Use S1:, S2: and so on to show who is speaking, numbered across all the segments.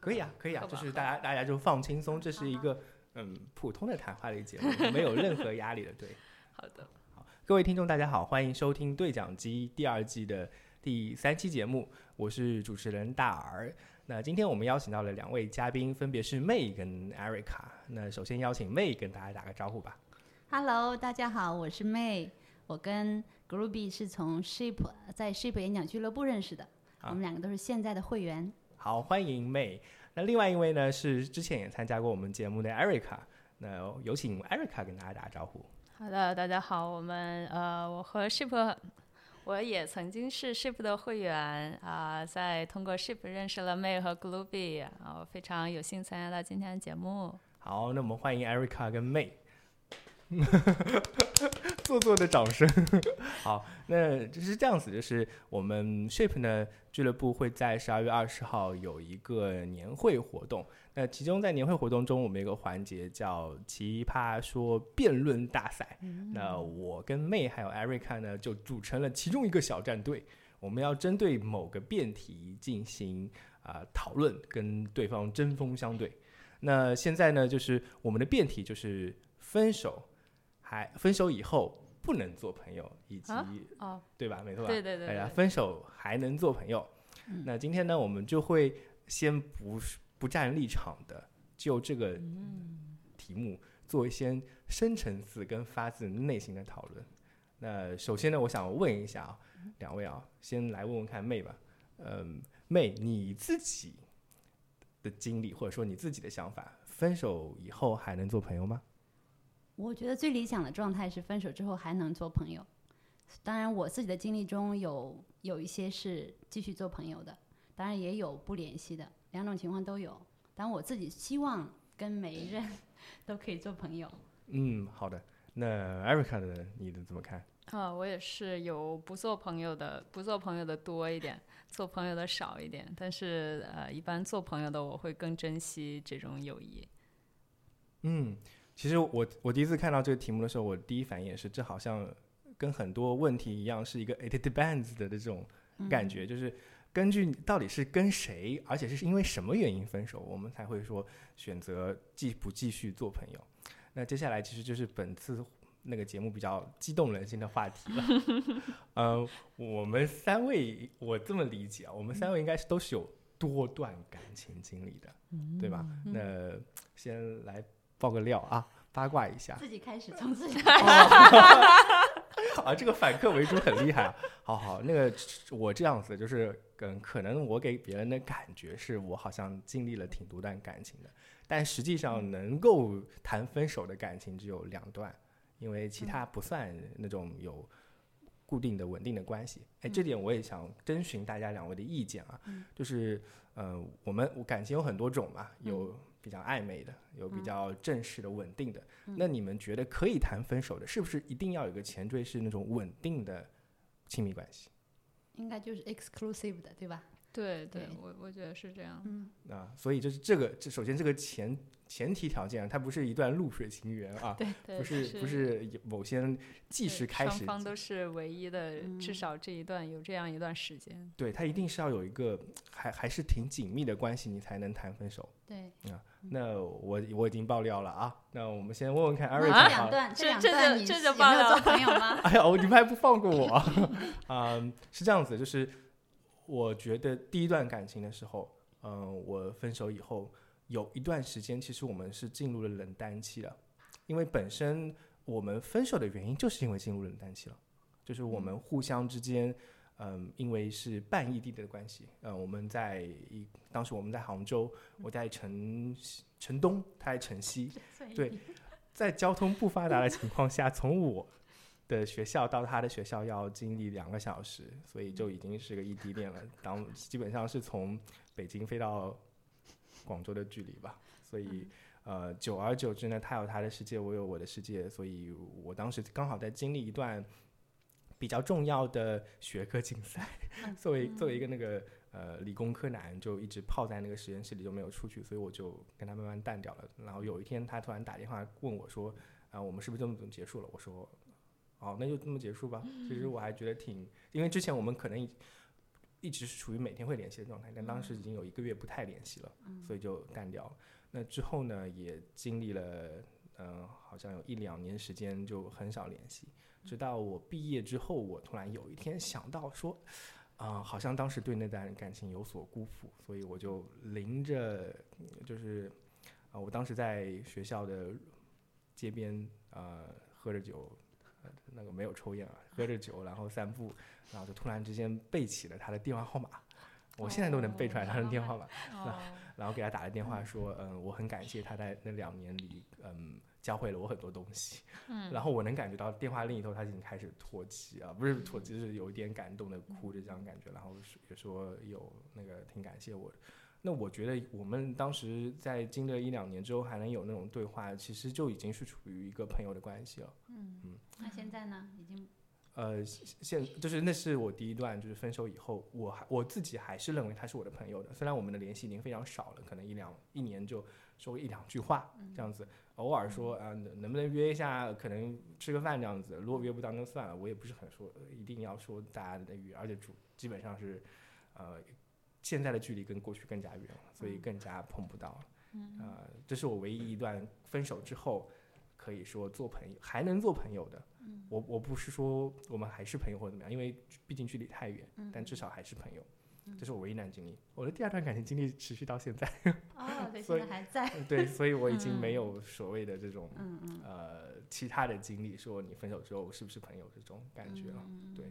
S1: 可以啊，可以啊，
S2: 好
S1: 就
S2: 吧
S1: 是大家大家就放轻松，这是一个嗯普通的谈话类节目，没有任何压力的。对，
S2: 好的，
S1: 各位听众大家好，欢迎收听《对讲机》第二季的第三期节目，我是主持人大耳。那今天我们邀请到了两位嘉宾，分别是 May 跟 Erica。那首先邀请 May 跟大家打个招呼吧。
S3: Hello，大家好，我是 May，我跟 Groovy 是从 Ship 在 Ship 演讲俱乐部认识的，
S1: 啊
S3: 我们两个都是现在的会员。
S1: 好，欢迎 May。那另外一位呢是之前也参加过我们节目的 Erica。那有请 Erica 跟大家打个招呼。
S2: 好的，大家好，我们呃，我和 Ship，我也曾经是 Ship 的会员啊、在通过 Ship 认识了 May 和 Glooby 啊、我非常有幸参加到今天的节目。
S1: 好，那我们欢迎 Erica 跟 May，做作的掌声。 好，那就是这样子，就是我们 Shape 呢俱乐部会在十二月二十号有一个年会活动。那其中在年会活动中，我们有个环节叫“奇葩说辩论大赛”。那我跟 May 还有 Erica 呢，就组成了其中一个小战队。我们要针对某个辩题进行啊、讨论，跟对方针锋相对。那现在呢，就是我们的辩题就是分手，还分手以后不能做朋友，以及、
S2: 啊哦，
S1: 对吧？没错吧？
S2: 对对对
S1: 哎呀
S2: 对，嗯
S1: 分手还能做朋友。那今天呢，我们就会先不是不站立场的，就这个
S2: 嗯
S1: 题目做一些深层次跟发自内心的讨论。那首先呢，我想问一下啊，两位啊，先来问问看妹吧。嗯，妹，你自己的经历或者说你自己的想法，分手以后还能做朋友吗？
S3: 我觉得最理想的状态是分手之后还能做朋友。当然，我自己的经历中有有一些是继续做朋友的，当然也有不联系的，两种情况都有。但我自己希望跟每一任 都可以做朋友。
S1: 嗯，好的。那 Erica 的你的怎么看？
S2: 啊，我也是有不做朋友的，不做朋友的多一点，做朋友的少一点。但是呃，一般做朋友的我会更珍惜这种友谊。
S1: 嗯，其实我我第一次看到这个题目的时候，我第一反应也是，这好像跟很多问题一样，是一个 it depends 的这种感觉，就是根据你到底是跟谁，而且是因为什么原因分手，我们才会说选择继不继续做朋友。那接下来其实就是本次那个节目比较激动人心的话题了。呃，我们三位，我这么理解啊，我们三位应该是都是有多段感情经历的，对吧？那先来爆个料啊，八卦一下
S3: 自己开始，从自己
S1: 啊，这个反客为主很厉害啊。好好，那个我这样子就是，嗯，可能我给别人的感觉是我好像经历了挺多段感情的，但实际上能够谈分手的感情只有两段，因为其他不算那种有。固定的稳定的关系，哎，这点我也想征询大家两位的意见啊，就是，呃，我们我感情有很多种嘛，有比较暧昧的，有比较正式的、稳定的，
S2: 嗯
S1: 那你们觉得可以谈分手的，是不是一定要有一个前缀是那种稳定的亲密关系？
S3: 应该就是 exclusive 的，对吧？
S2: 对对，嗯
S3: 对
S2: 我我觉得是这样。
S1: 啊，所以就是这个，这首先这个前前提条件啊，它不是一段露水情缘啊，
S2: 对对，
S1: 不是
S2: 是
S1: 不是有某些即
S2: 对
S1: 时开
S2: 双
S1: 始，
S2: 方都是唯一的，至少这一段有这样一段时间。
S1: 对，它一定是要有一个还还是挺紧密的关系，你才能谈分手。
S3: 对，
S2: 嗯
S1: 那我我已经爆料了啊，那我们先问问看
S3: 那
S1: Eric
S3: 这
S1: 好
S3: 两
S1: 了
S3: 段，
S2: 这
S3: 两
S2: 这
S3: 段
S2: 就
S3: 你
S2: 这
S3: 是
S2: 就
S3: 有
S2: 罢
S3: 没有
S2: 了
S3: 做朋友吗？
S1: 哎呀，我你们还不放过我？嗯，是这样子，就是我觉得第一段感情的时候，嗯、我分手以后有一段时间，其实我们是进入了冷淡期了，因为本身我们分手的原因就是因为进入冷淡期了，就是我们互相之间。嗯，因为是半异地的关系，呃，我们在一当时我们在杭州，我在城西城东，他在城西，对在交通不发达的情况下，从我的学校到他的学校要经历两个小时，所以就已经是个异地恋了。当基本上是从北京飞到广州的距离吧，所以呃，久而久之呢，他有他的世界，我有我的世界，所以我当时刚好在经历一段比较重要的学科竞赛， 作为作为一个那个呃理工科男，就一直泡在那个实验室里就没有出去，所以我就跟他慢慢淡掉了。然后有一天他突然打电话问我说：“啊、我们是不是这么就结束了？”我说：“哦，那就这么结束吧。”其实我还觉得挺，因为之前我们可能已一直是处于每天会联系的状态，但当时已经有一个月不太联系了，所以就淡掉了。那之后呢，也经历了嗯、呃好像有一两年时间就很少联系，直到我毕业之后，我突然有一天想到说，啊、好像当时对那段感情有所辜负，所以我就临着就是啊、我当时在学校的街边呃喝着酒。呃那个没有抽烟啊，喝着酒，然后散步，然后就突然之间背起了他的电话号码，我现在都能背出来他的电话号码，
S2: 哦，
S1: 然后给他打了电话说，嗯，我很感谢他在那两年里，嗯，教会了我很多东西。
S2: 嗯
S1: 然后我能感觉到电话另一头他已经开始唾弃啊，不是唾
S2: 嗯
S1: 弃，就是有一点感动的哭着这样感觉，然后是也说有那个挺感谢我。那我觉得我们当时在经历了一两年之后还能有那种对话，其实就已经是处于一个朋友的关系了。
S3: 那现在呢？已经
S1: 呃，现现就是那是我第一段，就是分手以后，我还我自己还是认为他是我的朋友的，虽然我们的联系已经非常少了，可能一两一年就说一两句话这样子，偶尔说啊、能能不能约一下，可能吃个饭这样子，如果约不到那算了，我也不是很说、呃一定要说大家的约，而且主基本上是呃现在的距离跟过去更加远了，所以更加碰不到了，嗯、呃，这是我唯一一段分手之后可以说做朋友还能做朋友的。我我不是说我们还是朋友或者怎么样，因为毕竟距离太远，
S3: 嗯
S1: 但至少还是朋友。这是我唯一一段经历，我的第二段感情经历持续到现 在，
S3: 哦，对，
S1: 所
S3: 现
S1: 以
S3: 在还在。
S1: 对，所以我已经没有所谓的这种、
S3: 嗯嗯
S1: 呃其他的经历，说你分手之后是不是朋友这种感觉了。
S3: 嗯
S1: 对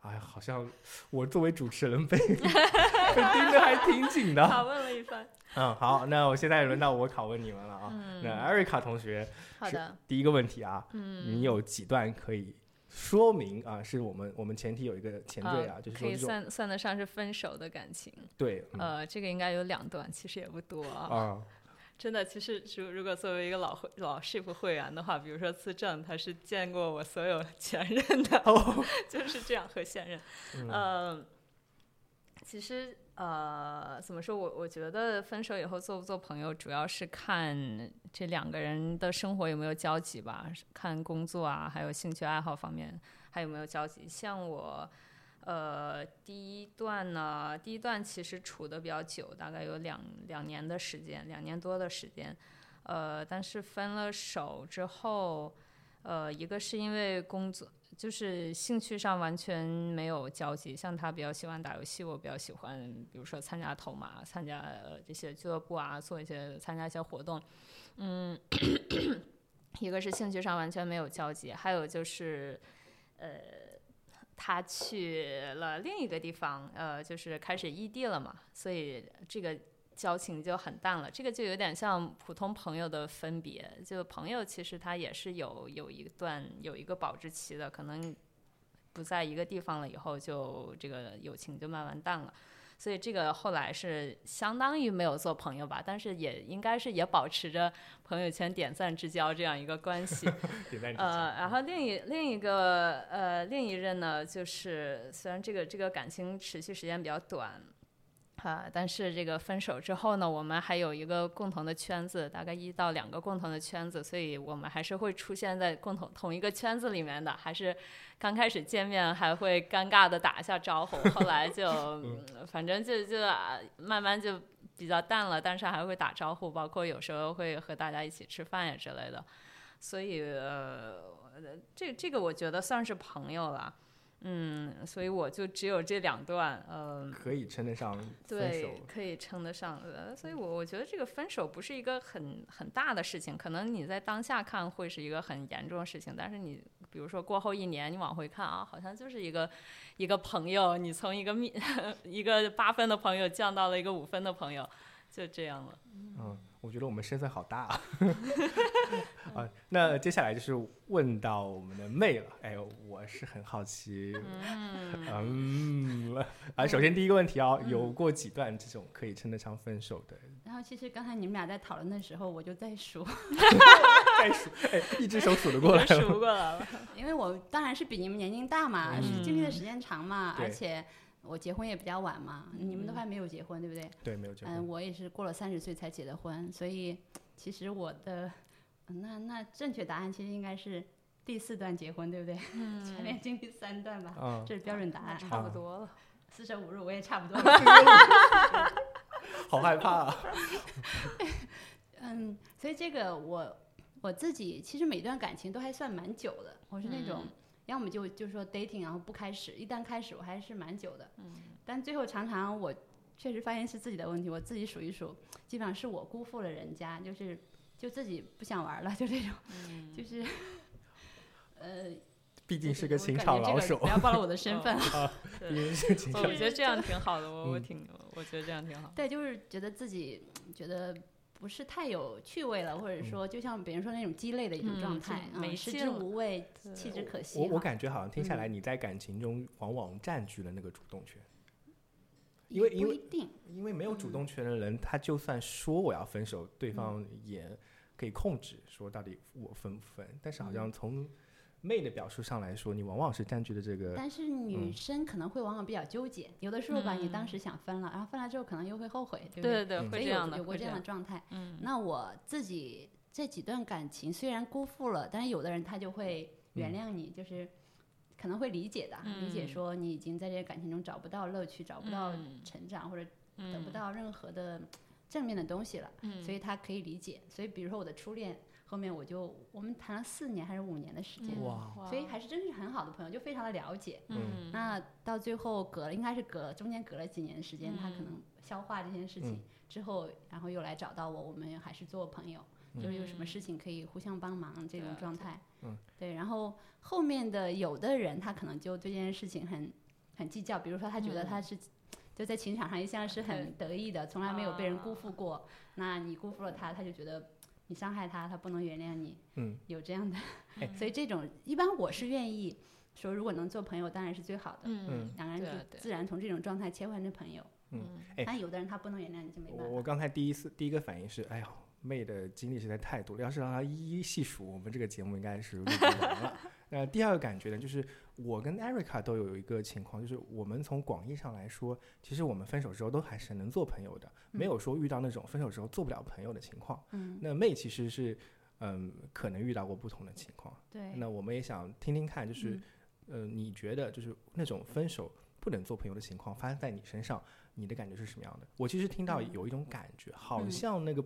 S1: 哎呀，好像我作为主持人被 被盯得还挺紧的。
S2: 拷问了一番。
S1: 嗯，好，那我现在轮到我拷问你们了啊。
S3: 嗯
S1: 那艾瑞卡同学，
S2: 好的，
S1: 第一个问题啊，
S2: 嗯，
S1: 你有几段可以说明啊？是我们我们前提有一个前缀啊，就是
S2: 呃可
S1: 说
S2: 以
S1: 这种
S2: 算算得上是分手的感情。
S1: 对，嗯
S2: 呃，这个应该有两段，其实也不多啊。
S1: 啊，
S2: 真的，其实如如果作为一个老会老师傅会员的话，比如说资政，他是见过我所有前任的， 就是这样和现任。嗯、其实呃，怎么说我我觉得分手以后做不做朋友，主要是看这两个人的生活有没有交集吧，看工作啊，还有兴趣爱好方面还有没有交集。像我。呃，第一段呢，第一段其实处的比较久，大概有两两年的时间，两年多的时间。呃，但是分了手之后，呃，一个是因为工作，就是兴趣上完全没有交集，像他比较喜欢打游戏，我比较喜欢，比如说参加头马、参加、呃、这些俱乐部啊，做一些参加一些活动，嗯， 一个是兴趣上完全没有交集，还有就是，呃。他去了另一个地方，呃，就是开始异地了嘛，所以这个交情就很淡了。这个就有点像普通朋友的分别，就朋友其实他也是有有一段有一个保质期的，可能不在一个地方了以后就，这个友情就慢慢淡了。所以这个后来是相当于没有做朋友吧，但是也应该是也保持着朋友圈点赞之交这样一个关系。
S1: 点赞之前，
S2: 呃，然后另一另一个呃另一任呢，就是虽然这个这个感情持续时间比较短。啊，但是这个分手之后呢，我们还有一个共同的圈子，大概一到两个共同的圈子，所以我们还是会出现在共同同一个圈子里面的。还是刚开始见面还会尴尬的打一 下招呼， 后来就嗯反正就就、啊、慢慢就比较淡了，但是还会打招呼，包括有时候会和大家一起吃饭呀之类的。所以呃，这这个我觉得算是朋友了，嗯，所以我就只有这两段，嗯、
S1: 可以称得上分手
S2: 对，。可以称得上，呃，所以我我觉得这个分手不是一个很很大的事情，可能你在当下看会是一个很严重的事情，但是你比如说过后一年，你往回看啊，好像就是一个一个朋友，你从一个密 一个八分的朋友降到了一个五分的朋友，就这样了。
S1: 嗯，我觉得我们身份好大啊。 啊，那接下来就是问到我们的妹了。哎，我是很好奇，嗯， 啊，首先第一个问题
S2: 嗯
S1: 啊，有过几段这种可以称得上分手的？
S3: 然后其实刚才你们俩在讨论的时候，我就在数，
S1: 再数，哎，一只手数得过来
S2: 数
S1: 了。
S2: 不过来了，
S3: 因为我当然是比你们年龄大嘛，是经历的时间长嘛，
S1: 嗯对
S3: 而且我结婚也比较晚嘛，你们都还没有结婚，对不对？
S1: 对，没有结
S3: 嗯，
S1: 婚。
S3: 我也是过了三十岁才结的婚，所以其实我的那那正确答案其实应该是
S2: 嗯
S3: 第四段结婚，对不对？前面经历三段吧，
S1: 嗯，
S3: 这是标准答案。
S2: 差不多了。
S3: 四舍五入我也差不 多了。
S1: 好害怕啊！
S3: 嗯，所以这个我我自己其实每段感情都还算蛮久的，我是那种，
S2: 嗯
S3: 要么就就说 dating，然后不开始，一旦开始我还是蛮久的，嗯，但最后常常我确实发现是自己的问题，我自己数一数，基本上是我辜负了人家，就是就自己不想玩了，就这种，
S2: 嗯
S3: 就是，呃，
S1: 毕竟是个
S3: 就是我
S1: 情
S3: 感
S1: 场
S3: 觉这
S1: 老
S3: 个
S1: 手
S3: 不，要暴露我的身份啊。
S1: 毕竟是情
S2: 我
S1: 场
S2: 我觉得这样挺好的，我我
S1: 嗯
S2: 挺，我觉得这样挺好。
S3: 对，就是觉得自己嗯觉得不是太有趣味了，或者
S1: 嗯
S3: 说就像别人说那种鸡肋的一种
S2: 嗯
S3: 状
S2: 就
S3: 态，啊，
S2: 没
S3: 食
S2: 劲
S3: 之
S2: 了
S3: 无味，
S2: 对
S3: 弃之可惜
S1: 我我
S3: 哈
S1: 感觉好像听
S3: 嗯
S1: 下来，你在感情中往往占据了那个主动权，因为
S3: 也
S1: 因
S3: 不
S1: 为
S3: 一定，
S1: 因为没有主
S3: 嗯
S1: 动权的人，他就算说我要分手，对方也可以控制说到底我分不分。但是
S3: 嗯
S1: 好像从妹的表述上来说，你往往是占据了这个，
S3: 但是女
S1: 嗯
S3: 生可能会往往比较纠结，有的时候吧，你当
S2: 嗯
S3: 时想分了，然后分了之后可能又会后悔，对不
S2: 对对对，
S1: 嗯
S3: 所
S2: 会
S3: 以
S2: 这样的，
S3: 有有过
S2: 会
S3: 这
S2: 这
S3: 样的
S2: 样。
S3: 状态。
S2: 嗯
S3: 那我自己这几段感情虽然辜负了，但是有的人他就会原
S1: 嗯
S3: 谅你，就是可能会理解的啊，理解
S2: 嗯
S3: 说你已经在这个感情中找不到乐趣，找不到
S2: 嗯
S3: 成长或者得
S2: 嗯
S3: 不到任何的正面的东西了，所以他可以理解。所以比如说我的初恋，后面我就我们谈了四年还是五年的时间，
S1: 嗯哇
S3: 所以还是真是很好的朋友，就非常的了解。
S2: 嗯
S3: 那到最后隔了，应该是隔中间隔了几年的时间，
S2: 嗯
S3: 他可能消化这件事情、
S1: 嗯
S3: 之后，然后又来找到我，我们还是做朋友，就是有什么事情可以互相帮忙这种
S2: 对
S3: 状态。
S1: 嗯，
S3: 对。然后后面的有的人他可能就对这件事情很很计较，比如说他觉
S2: 嗯
S3: 得他是。就在情场上一向是很得意的，从来没有被人辜负过。
S2: 嗯
S3: 那你辜负了他，他就觉得你伤害他，他不能原谅你。
S1: 嗯，
S3: 有这样的
S1: 哎，
S3: 所以这种一般我是愿意说，如果能做朋友，当然是最好的。
S2: 嗯
S3: 两个人
S2: 对啊
S3: 就
S2: 对啊
S3: 自然从这种状态切换成朋友。
S2: 嗯
S1: 哎哦
S3: 但有的人他不能原谅你就没办
S1: 我
S3: 法。
S1: 我刚才第一次第一个反应是，哎呦，妹的经历实在太多了，要是让她一一细数，我们这个节目应该是录不完了。那第二个感觉呢，就是我跟 Erica 都有一个情况，就是我们从广义上来说，其实我们分手之后都还是能做朋友的，没有说遇到那种分手之后做不了朋友的情况。
S3: 嗯，
S1: 那妹其实是，嗯，可能遇到过不同的情况。
S3: 对。
S1: 那我们也想听听看，就是
S3: 哎嗯，
S1: 呃，你觉得就是那种分手不能做朋友的情况发生在你身上，你的感觉是什么样的？我其实听到有一种感觉，好
S3: 嗯
S1: 像那个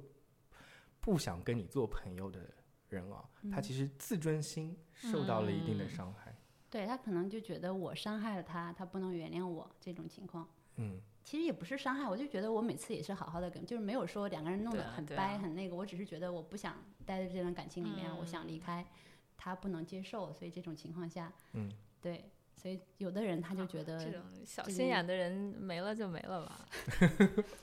S1: 不想跟你做朋友的人啊，
S3: 嗯
S1: 他其实自尊心受到了一定的
S2: 嗯
S1: 伤害。
S3: 对他可能就觉得我伤害了他，他不能原谅我这种情况。
S1: 嗯
S3: 其实也不是伤害，我就觉得我每次也是好好的跟，就是没有说两个人弄得
S2: 对啊
S3: 很
S2: 对
S3: 掰、
S2: 啊
S3: 很那个。我只是觉得我不想待在这段感情里面，我
S2: 嗯
S3: 想离开，他不能接受，所以这种情况下，
S1: 嗯，
S3: 对，所以有的人他呃就觉
S2: 啊这
S3: 得
S2: 种小
S3: 这个
S2: 心眼的人没了就没了吧，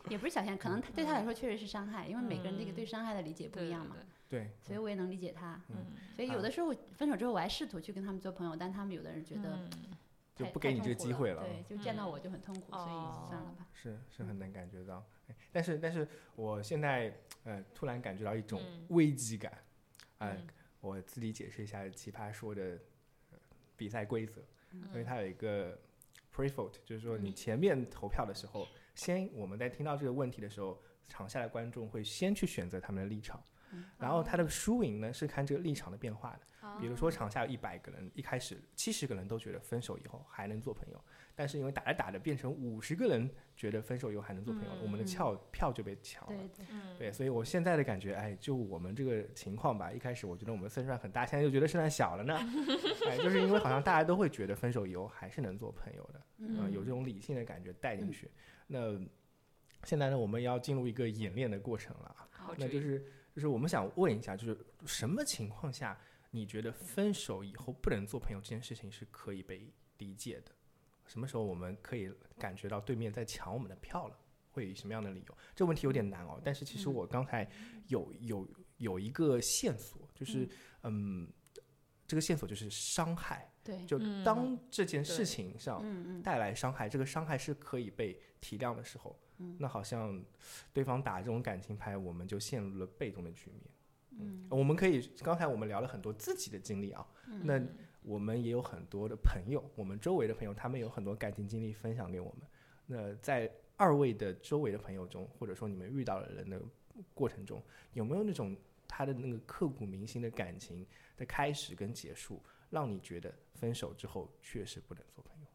S3: 也不是小心，可能他对他来说确实是伤害，因为每个人这个对伤害的理解不
S2: 对
S3: 一
S2: 对
S3: 样嘛。
S2: 对
S1: 对，
S3: 所以我也能理解他。
S1: 嗯
S3: 所以有的时候分手之后，我还试图去跟他们做朋友，但他们有的人觉得
S2: 嗯
S1: 就
S3: 太
S1: 不给你
S3: 太
S1: 这个
S3: 痛苦
S1: 机会
S3: 了，
S1: 了。
S3: 对，就见到我就很痛苦，所以算了吧。
S1: 是是
S3: 嗯
S1: 很能感觉到，哎但是但是我现在呃突然感觉到一种
S2: 嗯
S1: 危机感，啊、
S2: 嗯
S1: 我自己解释一下《奇葩说》的、呃比赛规则，
S3: 嗯
S1: 因为它有一个 pre-vote，就是说你前面投票的时候，先我们在听到这个问题的时候，场下的观众会先去选择他们的立场，
S3: 嗯
S1: 然后他的输赢呢是看这个立场的变化的。比
S3: 哦
S1: 如说场下有一百个人，一开始七十个人都觉得分手以后还能做朋友，但是因为打着打着变成五十个人觉得分手以后还能做朋友了，我们
S3: 嗯
S1: 的票票就被抢了
S3: 对。对，
S2: 嗯
S1: 对，所以我现在的感觉，哎，就我们这个情况吧，一开始我觉得我们胜算很大，现在又觉得胜算小了呢，哎，就是因为好像大家都会觉得分手以后还是能做朋友的，嗯、有这种理性的感觉带进去。那现在呢，我们要进入一个演练的过程了啊，
S2: 好
S1: 那
S2: 注
S1: 就
S2: 意
S1: 是就是我们想问一下，就是什么情况下你觉得分手以后不能做朋友这件事情是可以被理解的？什么时候我们可以感觉到对面在抢我们的票了？会以什么样的理由？这个问题有点难哦。但是其实我刚才有有有一个线索，就是嗯，这个线索就是伤害。
S3: 对，
S1: 就
S2: 嗯
S1: 当这件
S2: 对
S1: 事情上
S3: 嗯嗯，
S1: 带来伤害，这个伤害是可以被体谅的时候，那好像对方打这种感情牌，我们就陷入了被动的局面。嗯，我们可以刚才我们聊了很多自己的经历啊，那我们也有很多的朋友，我们周围的朋友，他们有很多感情经历分享给我们。那在二位的周围的朋友中，或者说你们遇到的人的过程中，有没有那种他的那个刻骨铭心的感情的开始跟结束，让你觉得分手之后确实不能做朋友？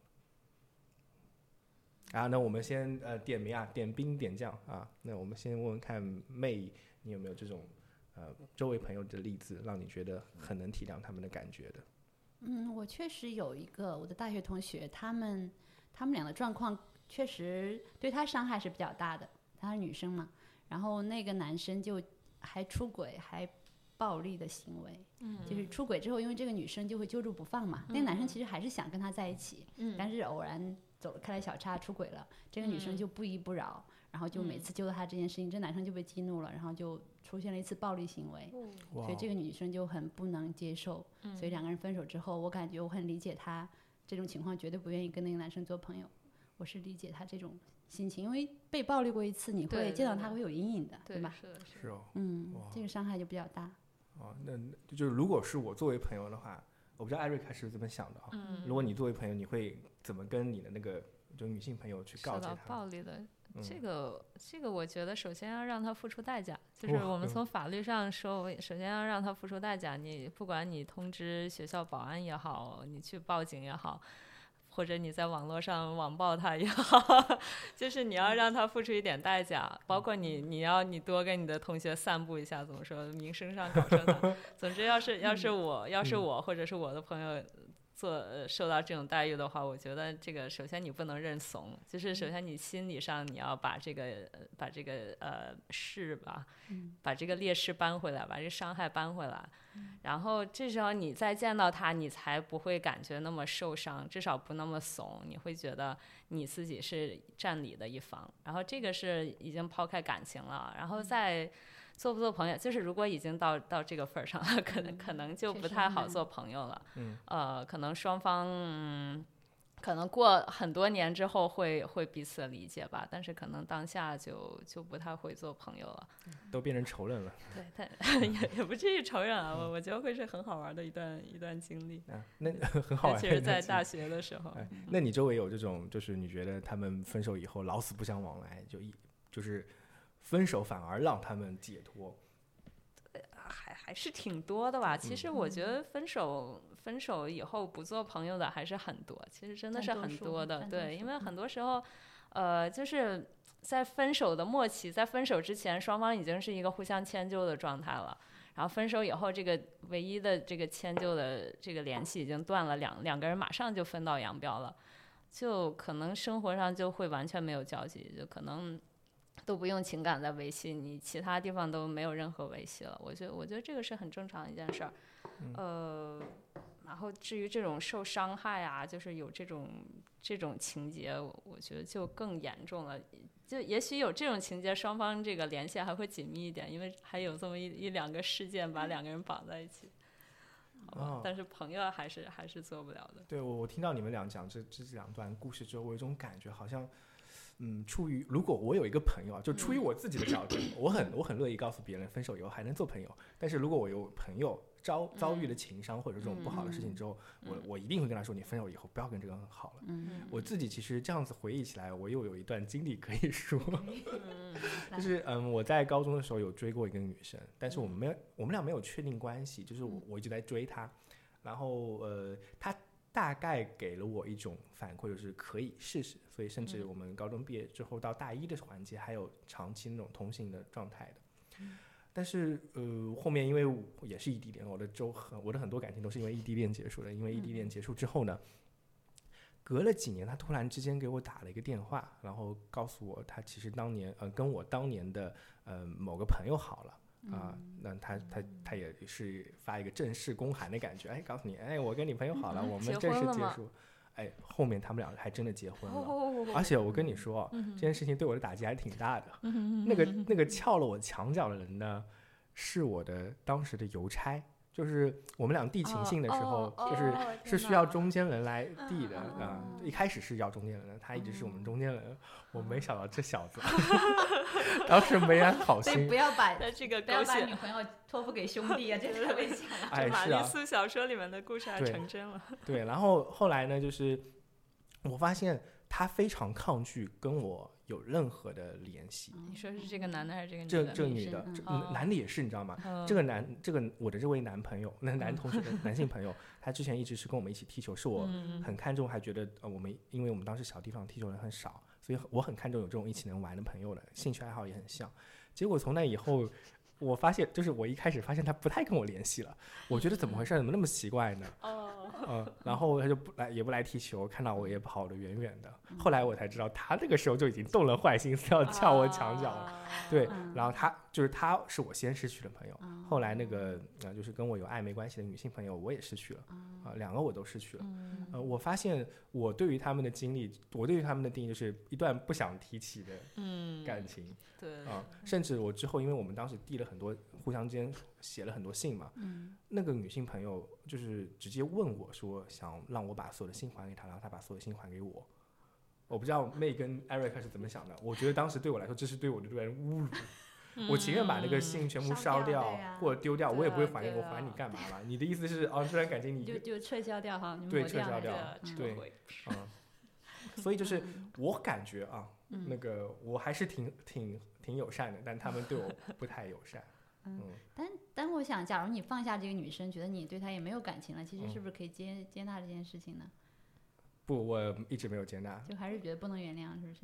S1: 啊，那我们先呃点名啊，点兵点将啊。那我们先问问看妹，你有没有这种呃周围朋友的例子，让你觉得很能体谅他们的感觉的？
S3: 嗯，我确实有一个我的大学同学，他们他们俩的状况确实对她伤害是比较大的。她是女生嘛，然后那个男生就还出轨，还暴力的行为，
S2: 嗯
S3: 就是出轨之后，因为这个女生就会揪住不放嘛。那个男生其实还是想跟她在一起，
S2: 嗯
S3: 但是偶然走了开了小差，出轨了，这个女生
S2: 嗯
S3: 就不依不饶，然后就每
S2: 嗯
S3: 次揪着他这件事情，这男生就被激怒了，然后就出现了一次暴力行为。
S1: 哇哦
S3: 所以这个女生就很不能接受，所以两个人分手之后，我感觉我很理解她这种情况，绝对不愿意跟那个男生做朋友。我是理解她这种心情，因为被暴力过一次，你
S2: 对
S3: 会
S2: 对
S3: 见到
S2: 对
S3: 他会有阴影的，
S2: 对
S3: 吧？
S2: 是的，是
S1: 是
S2: 的，
S1: 哦，
S3: 嗯
S1: 哇，
S3: 这个伤害就比较大。
S1: 哦，那那就是如果是我作为朋友的话，我不知道艾瑞卡是怎么想的啊。
S2: 嗯，
S1: 如果你作为朋友，你会怎么跟你的那个就女性朋友去告
S2: 受
S1: 诫
S2: 到
S1: 她？
S2: 暴力的
S1: 嗯
S2: 这个，这个我觉得首先要让他付出代价，就是
S1: 哇
S2: 我们
S1: 嗯
S2: 从法律上说，我首先要让他付出代价。你不管你通知学校保安也好，你去报警也好，或者你在网络上网暴他也好，就是你要让他付出一点代价。包括你，你要你多跟你的同学散步一下，怎么说，名声上搞上他。总之，要是要是我，要是我或者是我的朋友做呃受到这种待遇的话，我觉得这个首先你不能认怂，就是首先你心理上你要把这个呃把这个呃势吧，把这个劣势扳回来，把这伤害扳回来，然后至少你再见到他，你才不会感觉那么受伤，至少不那么怂，你会觉得你自己是占理的一方。然后这个是已经抛开感情了，然
S3: 嗯
S2: 后再。做不做朋友，就是如果已经到到这个份儿上了，可能可能就
S3: 嗯确
S2: 不
S3: 实
S2: 太
S3: 很
S2: 好
S3: 难
S2: 做朋友了。
S1: 嗯，
S2: 呃，可能双方、嗯可能过很多年之后会会彼此理解吧，但是可能当下就就不太会做朋友了。
S1: 都变成仇人了
S2: 对， 但也也不至于承认啊，我我觉得会是很好玩的一段一段经历，
S1: 啊？那很好
S2: 尤
S1: 玩。
S2: 其是在
S1: 那
S2: 大学的时候。
S1: 哎，那你周围有这种，就是你觉得他们分手以后老死不相往来，就一就是分手反而让他们解脱，
S2: 还还是挺多的吧。其实
S3: 嗯
S2: 我觉得分手、分手以后不做朋友的还是很多，其实真的是
S3: 占多
S2: 很
S3: 数
S2: 多的。
S3: 占多
S2: 对，
S3: 数嗯
S2: 因为很多时候，呃，就是在分手的末期，在分手之前，双方已经是一个互相迁就的状态了。然后分手以后，这个唯一的这个迁就的这个联系已经断了，两两个人马上就分道扬镳了，就可能生活上就会完全没有交集，就可能都不用情感在维系，你其他地方都没有任何维系了。我觉得，我觉得这个是很正常的一件事儿。
S1: 嗯
S2: 呃，然后至于这种受伤害啊，就是有这种这种情节，我我觉得就更严重了。就也许有这种情节，双方这个联系还会紧密一点，因为还有这么一一两个事件把两个人绑在一起。好吧
S1: 哦
S2: 但是朋友还是还是做不了的。
S1: 对我，我听到你们俩讲这这两段故事之后，我有一种感觉，好像，嗯，出于如果我有一个朋友啊，就出于我自己的角度，我很我很乐意告诉别人分手以后还能做朋友。但是如果我有朋友遭遭遇了情伤或者这种不好的事情之后，我我一定会跟他说，你分手以后不要跟这个人好了。
S3: 嗯，
S1: 我自己其实这样子回忆起来，我又有一段经历可以说，就是嗯，我在高中的时候有追过一个女生，但是我们没有，我们俩没有确定关系，就是我我一直在追她，然后呃，她大概给了我一种反馈，就是可以试试，所以甚至我们高中毕业之后到大一的环节还有长期那种通信的状态的。但是，呃，后面因为我也是异地恋，我的周很我的很多感情都是因为异地恋结束的。因为异地恋
S2: 嗯
S1: 结束之后呢，隔了几年，他突然之间给我打了一个电话，然后告诉我他其实当年呃跟我当年的呃某个朋友好了啊、
S2: 嗯
S1: 那他他他也是发一个正式公函的感觉，哎，告诉你，哎，我跟你朋友好 了，我们
S2: 结
S1: 正式
S2: 婚了
S1: 结
S2: 吗
S1: 束，哎，后面他们俩还真的结婚了。而
S2: 哦，
S1: 且我跟你说，啊这件事情对我的打击还挺大的。
S2: 嗯
S1: 那个那个撬了我墙角的人呢，是我的当时的邮差，就是我们俩递情信的时候，
S2: 哦
S1: 就是
S2: 哦
S1: 是
S2: 天
S1: 需要
S2: 哪
S1: 中间人来递的
S2: 嗯嗯嗯
S1: 啊、一开始是要中间人的，他一直是我们中间人。我没想到这小 子，当时没安好
S3: 所以
S1: 心
S3: 不。要把
S2: 那这个
S3: 不
S2: 狗
S3: 要把
S2: 血
S3: 女朋友托付给兄 弟啊，这太危险 了。
S1: 哎，
S2: 玛
S1: 是
S2: 丽
S1: 啊，
S2: 苏小说里面的故事还
S1: 对
S2: 成真了。
S1: 对。然后后来呢，就是我发现他非常抗拒跟我有任何的联系。
S3: 嗯
S2: 你说是这个男的还是这个女
S1: 这
S2: 的？
S1: 这个
S3: 女
S1: 女的
S3: 生，
S1: 这
S2: 嗯
S1: 男的也是，你知道吗？
S2: 嗯
S1: 这个男，这个我的这位男朋友，那男同 学的男性朋友，他之前一直是跟我们一起踢球，是我
S2: 嗯
S1: 很看重，还觉得呃我们因为我们当时小地方踢球人很少，所以很我很看重有这种一起能玩的朋友的，兴趣爱好也很像。结果从那以后，我发现就是我一开始发现他不太跟我联系了，我觉得怎么回事，怎么那么奇怪呢？
S2: 哦，
S1: 嗯，然后他就不来，也不来踢球，看到我也跑得远远的。
S2: 嗯
S1: 后来我才知道，他那个时候就已经动了坏心思要撬我墙角了。
S2: 啊
S1: 对
S3: 嗯，
S1: 然后他就是他是我先失去的朋友，
S3: 啊
S1: 后来那个呃就是跟我有暧昧关系的女性朋友我也失去了，啊、两个我都失去了。
S2: 哦嗯
S1: 呃，我发现我对于他们的经历，我对于他们的定义就是一段不想提起的
S2: 嗯，
S1: 感情
S2: 对
S1: 啊、，甚至我之后，因为我们当时递了很多，互相之间写了很多信嘛，
S3: 嗯
S1: 那个女性朋友就是直接问我说，想让我把所有的信还给她，然后她把所有的信还给我。我不知道妹跟 Eric 是怎么想的，我觉得当时对我来说，这是对我的对人侮辱。
S2: 嗯
S1: 我情愿把那个信全部
S3: 烧
S1: 烧
S3: 掉
S1: 掉
S3: 对呀
S1: 或者丢掉，我也不会
S2: 对啊
S1: 还你，
S2: 对
S1: 我
S2: 啊
S1: 还你干嘛了？你的意思是啊，这段感情你
S3: 就就撤销掉哈，你们
S1: 对
S3: 抹
S1: 撤销
S3: 了
S1: 掉
S3: 就
S1: 了
S3: 嗯
S1: 对啊，所以就是我感觉啊，
S3: 嗯
S1: 那个我还是挺挺挺友善的，但他们对我不太友善。
S3: 但但我想，假如你放下这个女生，觉得你对她也没有感情了，其实是不是可以接、接纳这件事情呢？
S1: 不，我一直没有接纳，
S3: 就还是觉得不能原谅，是不是？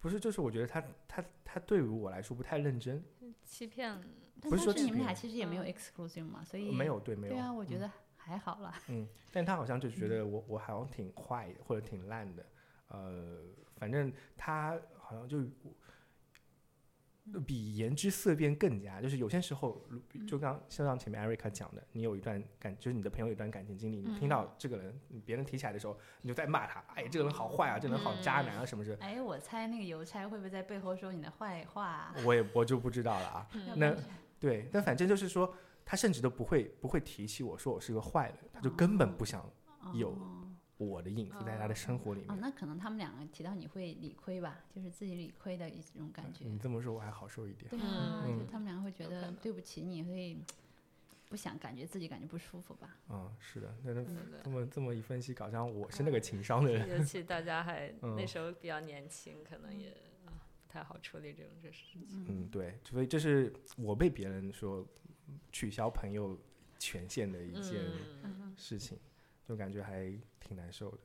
S1: 不是，就是我觉得他他他对于我来说不太认真，
S2: 欺骗，
S3: 但
S1: 不是说
S3: 但是你们
S1: 欺
S3: 俩
S1: 骗
S3: 其实也没有
S2: 嗯
S3: exclusive 嘛，所以
S1: 没有对没有
S3: 对啊，我觉得还好啦。
S1: 嗯，但他好像就觉得我我好像挺坏的，或者挺烂的，呃，反正他好像就比言之色变更加，就是有些时候，如就刚就像前面 Erica 讲的，你有一段感，就是你的朋友有一段感情经历，你听到这个人你别人提起来的时候，你就在骂他，哎，这个人好坏啊，这个人好渣男啊，什么之类
S3: 哎，我猜那个邮差会不会在背后说你的坏话啊？
S1: 的，我也我就不知道了啊。
S2: 嗯
S3: 要不
S1: 那
S3: 然
S1: 对，但反正就是说，他甚至都不会不会提起我说我是个坏人，他就根本不想有
S3: 哦
S1: 我的影子在他的生活里
S3: 哦，
S1: 面。
S3: 那可能他们两个提到你会理亏吧，就是自己理亏的一种感觉。
S1: 嗯你这么说我还好受一点。
S3: 对啊，
S1: 嗯
S3: 就他们两个会觉
S2: 有可
S3: 得
S2: 能
S3: 对不起你，会不想感觉自己感觉不舒服吧？
S1: 嗯，是的，那那
S2: 对对
S1: 这么这么一分析，搞像我是那个情商的人。
S2: 对，尤其大家还
S1: 嗯
S2: 那时候比较年轻，可能也啊不太好处理这种这事情。
S1: 嗯，对，所以这是我被别人说取消朋友权限的一件
S2: 嗯，
S1: 事情，就感觉还挺难受的。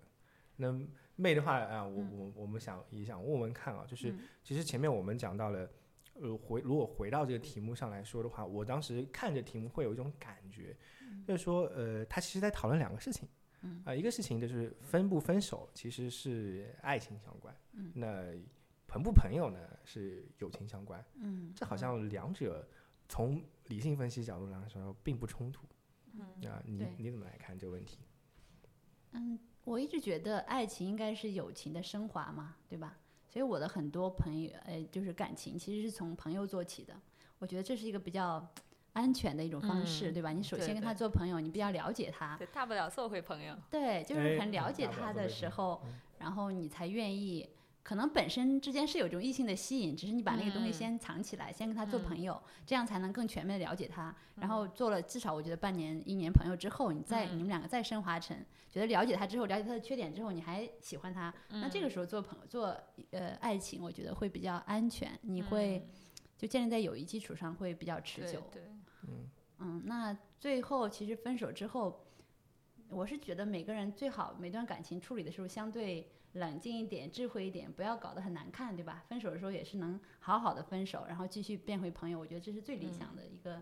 S1: 那妹的话啊，我我我们想也想问问看啊，就是其实前面我们讲到了，呃，回如果回到这个题目上来说的话，我当时看着题目会有一种感觉，就是说，呃，他其实在讨论两个事情，啊、一个事情就是分不分手其实是爱情相关，那朋不朋友呢是友情相关，
S3: 嗯
S1: 这好像两者从理性分析角度来说并不冲突。啊，你
S3: 嗯对
S1: 你怎么来看这个问题？
S3: 嗯，我一直觉得爱情应该是友情的升华嘛，对吧？所以我的很多朋友，呃，就是感情其实是从朋友做起的。我觉得这是一个比较安全的一种方式，
S2: 嗯
S3: 对吧？你首
S2: 对
S3: 先跟他
S2: 对
S3: 做朋友，你比较了解他，
S2: 对，大不了做回朋友。
S3: 对，就
S1: 哎
S3: 是很了
S1: 嗯
S3: 解
S1: 大不了
S3: 他
S1: 做
S3: 的
S1: 回
S3: 时
S1: 朋友
S3: 候
S1: 嗯，
S3: 然后你才愿意。可能本身之间是有一种异性的吸引，只是你把那个东西
S2: 嗯
S3: 先藏起来，先跟他做朋友，这样才能更全面的了解他。然后做了至少我觉得半年、一年朋友之后，你再、
S2: 嗯
S3: 你们两个再升华成觉得了解他之后，了解他的缺点之后，你还喜欢他，
S2: 嗯
S3: 那这个时候做朋友做呃爱情，我觉得会比较安全，你会、就建立在友谊基础上会比较持
S2: 嗯对
S3: 久。
S2: 对，
S3: 嗯，那最后其实分手之后，我是觉得每个人最好每段感情处理的时候相对冷静一点、智慧一点，不要搞得很难看，对吧？分手的时候也是能好好的分手，然后继续变回朋友，我觉得这是最理想的一个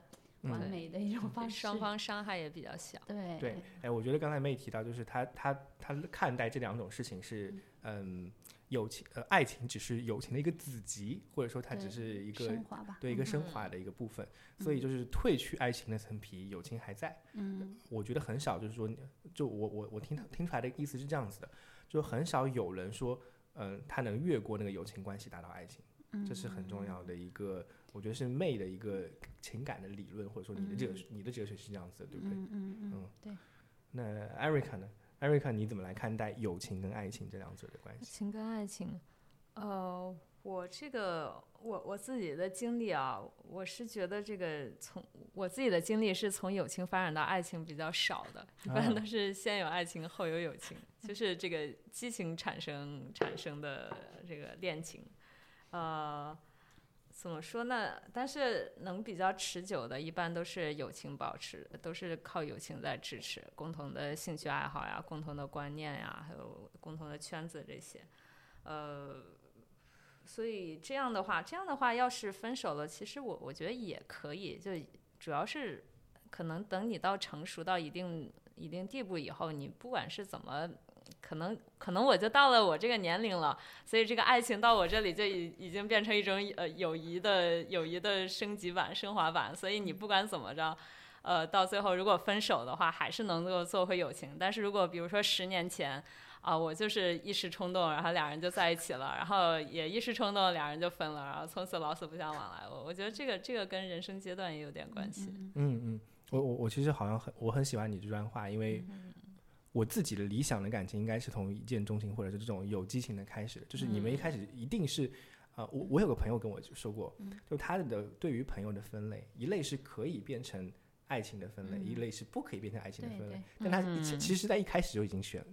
S3: 完
S2: 嗯对嗯
S3: 美的一种方
S2: 对
S3: 式。
S2: 双方伤害也比较小。
S3: 对
S1: 对，哎，我觉得刚才妹提到，就是她她她看待这两种事情是，嗯，友情呃爱情只是友情的一个子集，或者说它只
S3: 对
S1: 是一个
S3: 升华吧。
S1: 对一个升华
S3: 嗯
S1: 的一个部分，所以就是褪去爱情的层皮，友情还在。
S3: 嗯
S1: 我觉得很少，就是说你，就我我我听他听出来的意思是这样子的，就很少有人说，嗯、他能越过那个友情关系达到爱情，
S3: 嗯
S1: 这是很重要的一个，我觉得是妹的一个情感的理论，或者说你的哲、你的哲学是这样子的，对不对？
S3: 嗯嗯嗯
S1: 嗯
S3: 嗯，对。
S1: 那 Erica 呢？Erica 你怎么来看待友情跟爱情这两者的关系？
S2: 情跟爱情，呃，我这个我我自己的经历啊，我是觉得这个从我自己的经历是从友情发展到爱情比较少的，一般
S1: 啊
S2: 都是先有爱情后有友情，就是这个激情产生产生的这个恋情。呃，怎么说呢？但是能比较持久的，一般都是友情保持，都是靠友情在支持，共同的兴趣爱好呀，共同的观念呀，还有共同的圈子这些，呃。所以这样的话，这样的话，要是分手了，其实我我觉得也可以，就主要是可能等你到成熟到一定一定地步以后，你不管是怎么，可能可能我就到了我这个年龄了，所以这个爱情到我这里就已已经变成一种呃友谊的友谊的升级版、升华版，所以你不管怎么着。呃，到最后如果分手的话，还是能够做回友情。但是如果比如说十年前，啊、我就是一时冲动，然后俩人就在一起了，然后也一时冲动，俩人就分了，然后从此老死不相往来。我我觉得这个这个跟人生阶段也有点关系。
S1: 嗯嗯，我我我其实好像很我很喜欢你这段话，因为我自己的理想的感情应该是从一见钟情或者是这种有激情的开始的，就是你们一开始一定是。啊、我我有个朋友跟我就说过，就他的对于朋友的分类，一类是可以变成爱情的分类，一类是不可以变成爱情的
S3: 对
S1: 分类
S3: 对。
S1: 但他一其其实，在一开始就已经选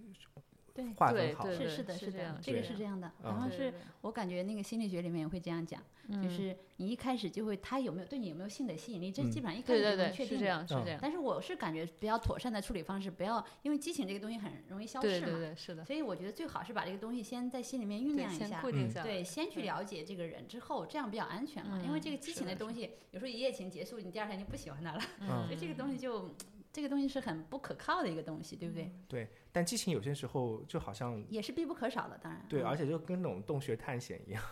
S3: 对
S1: 划
S2: 对
S1: 分好
S2: 对
S1: 了。
S3: 是是的，
S2: 是
S3: 是
S2: 这样
S3: 的，这个
S1: 对
S3: 是这样的。
S1: 嗯
S3: 然后
S2: 对
S3: 是
S2: 对嗯
S3: 我感觉那个心理学里面也会这样讲，就是你一开始就会他有没有对你有没有性的吸引力，这
S1: 嗯
S3: 基本上一开
S2: 对
S3: 始
S2: 对
S3: 就能
S2: 对，
S3: 确
S2: 是
S3: 定
S2: 这
S3: 的。
S2: 样，是
S1: 嗯
S2: 这样，
S3: 但是我是感觉比较妥善的处理方式，不要因为激情这个东西很容易消
S2: 对
S3: 逝嘛，
S2: 对对，是的，
S3: 所以我觉得最好是把这个东西先在心里面酝
S2: 对，
S3: 酿一
S2: 先
S3: 下
S1: 嗯
S2: 固，定下来。
S3: 对，先去
S2: 对
S3: 了解这个人之后，这样比较安全嘛。因为
S2: 嗯
S3: 这个激
S2: 是
S3: 情
S2: 的
S3: 的东西，有时候一夜情结束，你第二天就不喜欢他了，
S1: 嗯
S3: 所以这个东西就这个东西是很不可靠的一个东西，对不
S2: 嗯
S3: 对？
S1: 对，但激情有些时候就好像
S3: 也是必不可少的，当然。
S1: 对，
S3: 嗯
S1: 而且就跟那种洞穴探险一样，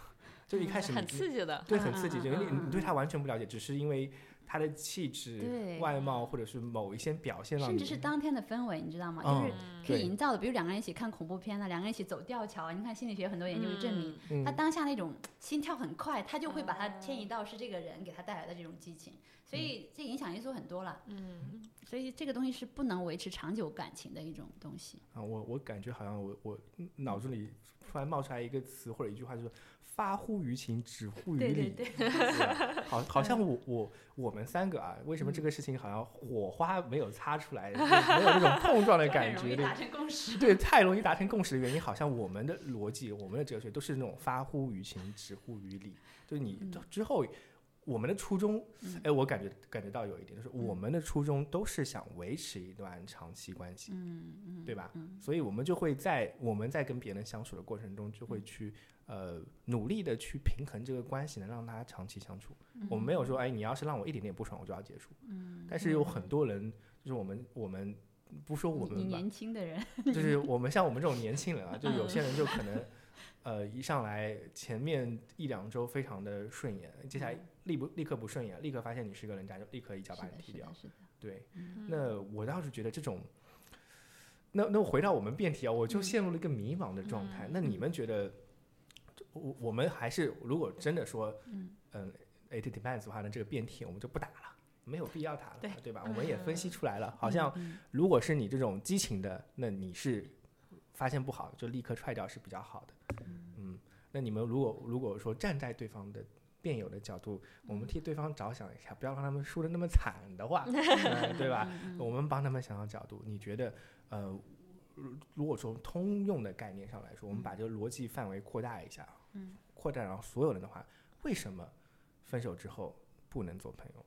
S1: 就一开始你
S2: 很刺激的，
S1: 对，很
S3: 嗯
S1: 刺激，
S3: 嗯
S1: 因为你
S3: 嗯
S1: 你对他完全不了解，只是因为他的气质、
S3: 对
S1: 外貌或者是某一些表现让
S3: 甚
S1: 你，
S3: 至是当天的氛围，你知道吗？就是
S2: 嗯
S3: 可
S1: 对
S3: 以营造的，比如两个人一起看恐怖片呐，啊两个人一起走吊桥啊。你看心理学很多研究就证明，
S1: 嗯
S3: 他当下那种心跳很快，他就会把它
S2: 哦
S3: 迁移到是这个人给他带来的这种激情，
S1: 嗯
S3: 所以这影响因素很多了。
S2: 嗯，
S3: 所以这个东西是不能维持长久感情的一种东西。
S1: 啊，我我感觉好像我我脑子里突然冒出来一个词或者一句话，就是发乎于情，止乎于
S3: 对嗯
S1: 理。
S3: 对对，
S1: 是吧好，好像我我我们三个啊，为什么
S3: 嗯
S1: 这个事情好像火花没有擦出来，没有那种碰撞的感 觉？对
S3: 成共识。
S1: 对，太容易达成共识的原因，好像我们的逻辑、我们的哲学都是那种发乎于情，止乎于理。就是你
S3: 嗯
S1: 之后，我们的初衷
S3: 嗯，
S1: 哎，我感觉感觉到有一点，就是我们的初衷都是想维持一段长期关系，
S3: 嗯嗯，
S1: 对吧
S3: 嗯
S1: 所以我们就会在我们在跟别人相处的过程中，就会
S3: 嗯
S1: 去呃努力的去平衡这个关系，能让它长期相处。我们没有说，哎，你要是让我一点点不爽，我就要结束。
S3: 嗯，
S1: 但是有很多人，就是我们我们不说我
S3: 你你
S1: 们吧，
S3: 年轻的 人，
S1: 就是我们像我们这种年轻人啊，就
S3: 嗯
S1: 有些人就可能，呃，一上来前面一两周非常的顺眼，接下来立不立刻不顺眼，立刻发现你是个人渣，就立刻一脚
S3: 嗯是
S1: 把你
S3: 的，
S1: 踢
S3: 是
S1: 掉
S3: 的，。是的，
S1: 对，
S2: 嗯
S1: 那我倒是觉得这种，那那我回到我们辩题啊，我就
S3: 嗯
S1: 陷入了一个迷茫的状态。那你们觉得，我我们还是如果真的说，
S3: 嗯
S1: 嗯，it depends 的话，那这个辩题我们就不打了。没有必要打了，
S3: 对
S1: 对吧？我们也分析出来了，好
S3: 嗯
S1: 像
S3: 嗯
S1: 如果是你这种激情的，那你是发现不好就立刻踹掉是比较好的。嗯，那你们如果如果说站在对方的辩友的角度，我
S3: 嗯
S1: 们替对方着想一下，不要让他们输的那么惨 的话，嗯 对吧？我们帮他们想想角度，你觉得呃，如如果从通用的概念上来说，我们把这个逻辑范围扩大一下，
S3: 嗯，
S1: 扩展到所有人的话，为什么分手之后不能做朋友了？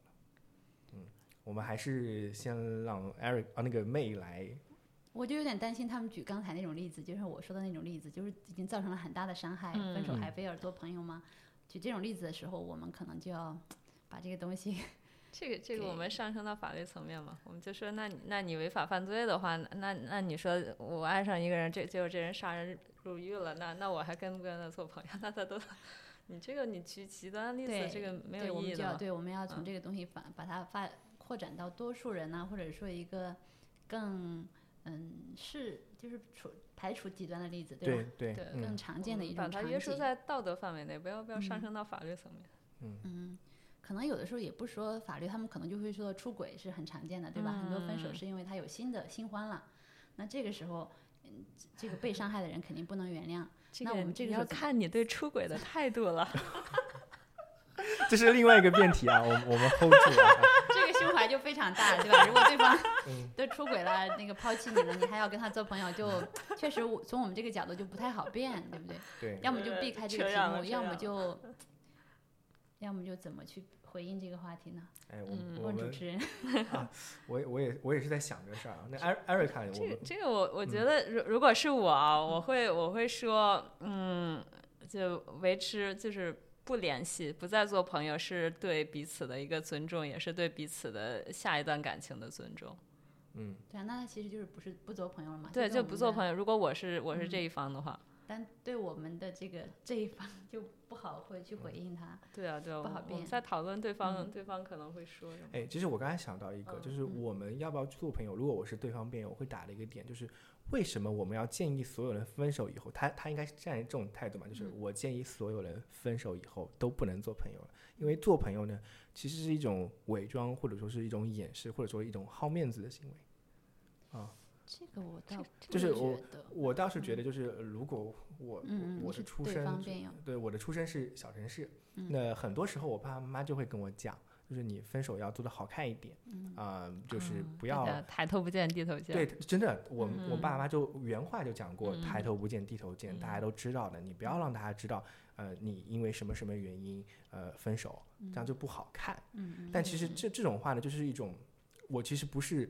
S1: 嗯，我们还是先让 Eric 啊那个 May 来，
S3: 我就有点担心他们举刚才那种例子，就是我说的那种例子，就是已经造成了很大的伤害，分手
S1: 嗯
S3: 还非要做朋友吗？举这种例子的时候，我们可能就要把这个东西
S2: 这个这个
S3: 对
S2: 我们上升到法律层面嘛，我们就说，那你那你违法犯罪的话，那那你说我爱上一个人，这结果这人杀人入狱了，那那我还跟不跟他做朋友？ 那他都，你这个你举极端例子，
S3: 对
S2: 这个没
S3: 对，
S2: 有
S3: 我
S2: 意
S3: 们
S2: 义
S3: 就
S2: 的
S3: 要
S2: 嘛。
S3: 对，我们要
S2: 嗯
S3: 从这个东西把把它发扩展到多数人啊呢、或者说一个更嗯是就是除排除极端的例子，吧？
S1: 对
S2: 对
S1: 嗯
S3: 更常见的一
S2: 把
S3: 种
S2: 它
S3: 场
S2: 约束
S3: 景，
S2: 在道德范围内，不要不要上
S3: 嗯
S2: 升到法律层面。
S3: 嗯，可能有的时候也不说法律，他们可能就会说出轨是很常见的，对吧？很多分手
S2: 嗯
S3: 是因为他有新的新欢了，那这个时候，嗯，这个被伤害的人肯定不能原谅。那我们这个
S2: 你
S3: 时
S2: 要
S3: 候怎么
S2: 看你对出轨的态度了，
S1: 这是另外一个辩题啊，我我们 hold 住了啊。
S3: 这个是胸怀就非常大，对吧？如果对方
S1: 嗯
S3: 都出轨了，那个抛弃你了，你还要跟他做朋友，就确实我从我们这个角度就不太好辩，对不对？
S1: 对，
S3: 要么就避开这个
S4: 扯
S3: 题
S4: 远了
S3: 目，
S4: 扯
S3: 要
S4: 远
S3: 么
S4: 了
S3: 就，要么就怎么去回应这个话题呢？
S1: 哎，我
S2: 嗯
S1: 我
S3: 问主
S1: 们
S3: 持人，
S1: 我也我也我也是在想这个事儿啊。那艾艾瑞卡，我
S2: 这
S1: 们
S2: 这个我我觉
S1: 嗯
S2: 得，如如果是我啊，我会我会说，嗯，就维持就是不联系，不再做朋友，是对彼此的一个尊重，也是对彼此的下一段感情的尊重。
S1: 嗯，
S3: 对啊，那他其实就是不是不做朋友了嘛？
S2: 对，就不做朋
S3: 友，
S2: 友。如果我是我是
S3: 嗯
S2: 这一方的话，
S3: 但对我们的这个这一方就不好会去回应他。
S2: 对啊对啊，
S3: 不
S2: 我
S3: 好
S2: 我们
S3: 辩
S2: 在讨论对方，
S3: 嗯
S2: 对方可能会说什么？
S1: 哎，其实我刚才想到一个，
S2: 嗯
S1: 就是
S3: 嗯
S1: 我们要不要做朋友？如果我是对方辩友，我会打的一个点就是，为什么我们要建议所有人分手以后，他他应该是站在这种态度嘛？就是
S3: 嗯
S1: 我建议所有人分手以后都不能做朋友了，因为做朋友呢，其实是一种伪装，或者说是一种掩饰，或者说一种好面子的行为。
S3: 这个我倒
S1: 就是
S3: 不
S1: 我
S3: 觉得，
S1: 我倒是觉得，就是呃如果我
S3: 嗯嗯，嗯你
S1: 我的
S3: 是
S1: 出
S3: 对方
S1: 身
S3: 辩友，嗯
S1: 对，我的出身是小城市，那很多时候我爸爸妈妈就会跟我讲，就是你分手要做的好看一点，啊、就是
S2: 嗯
S1: 不
S2: 对
S1: 要、
S2: 的抬头不见低头见。
S1: 对，真的，我、我爸
S2: 嗯
S1: 妈就原话就讲过，抬
S2: 嗯
S1: 头不见低头见，大家都知道的，你不要让大家知道，呃，你因为什么什么原因，呃，分手，这样就不好看。
S3: 嗯，
S1: 但其实这这种话呢，就是一种，我其实不是，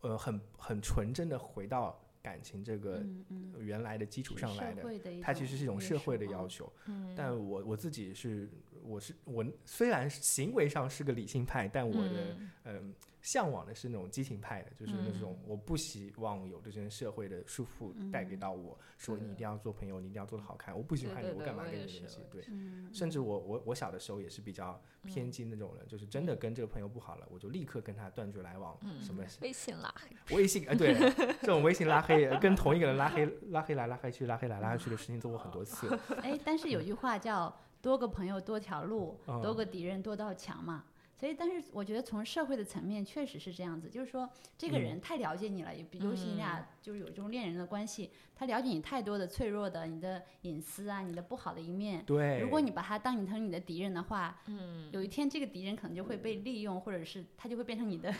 S1: 呃，很很纯真的回到感情这个
S3: 嗯嗯，
S1: 原来的基础
S3: 是
S1: 上
S3: 社
S1: 来的，
S3: 会的一
S1: 它其实是一种社会的
S3: 约束
S1: 要
S3: 嗯
S1: 求。但我我自己是，我是我虽然行为上是个理性派，但我的
S2: 嗯
S1: 嗯、向往的是那种激情派的，就是那
S2: 嗯
S1: 种我不希望有这些社会的束缚带给到我，说你一
S2: 对
S1: 定要做朋友，你一定要做的好看，我不喜
S2: 对
S1: 欢
S2: 对
S1: 你，我
S2: 对
S1: 干嘛
S2: 我
S1: 跟
S2: 也
S1: 你
S2: 是嗯
S1: 联系
S2: 我也？
S1: 对。
S3: 嗯，
S1: 甚至我我我小的时候也是比较偏激那种人，就是真的跟这个朋友不好了，我就立刻跟他断绝来往，
S2: 嗯
S1: 什么
S2: 微信啦，
S1: 微信啊，对，这种微信拉黑，跟同一个人拉黑拉黑来拉黑去，拉黑来拉黑去的事情做过很多次，
S3: 哎，但是有句话叫“多个朋友多条路，
S1: 嗯
S3: 多个敌人多道墙”嘛。所以，但是我觉得从社会的层面确实是这样子，就是说这个
S1: 嗯
S3: 人太了解你了，也比尤其你俩就是有这种恋人的关系，他了解你太多的脆弱的、你的隐私啊、你的不好的一面。
S1: 对，
S3: 如果你把他当成你的敌人的话，
S2: 嗯，
S3: 有一天这个敌人可能就会被利用，或者是他就会变成你的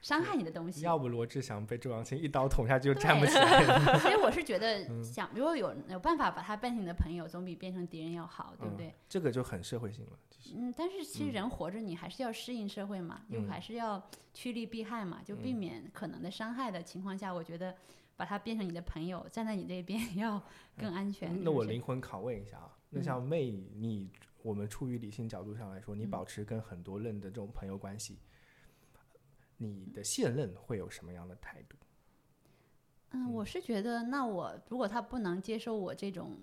S3: 伤害你的东西。
S1: 要不罗志祥被周扬青一刀捅下去就站不
S3: 对
S1: 起来了。 嗯
S3: 所以我是觉得想，如果有有办法把他变成你的朋友，总比变成敌人要好，
S1: 嗯
S3: 对不对？
S1: 这个就很社会性了，其实。
S3: 嗯，但是其实
S1: 嗯
S3: 人活着，你还是要适应社会嘛，又
S1: 嗯
S3: 还是要趋利避害嘛，就避免可能的伤害的情况下，我觉得把他变成你的朋友，站在你这边 要更安全。
S1: 嗯那我
S3: 哎是不是
S1: 灵魂拷问一下啊，那
S3: 嗯
S1: 像妹，你我们出于理性角度上来说，你
S3: 嗯
S1: 保持跟很多人的这种朋友关系，你的现任会有什么样的态度？
S3: 嗯，我是觉得，那我如果他不能接受我这种，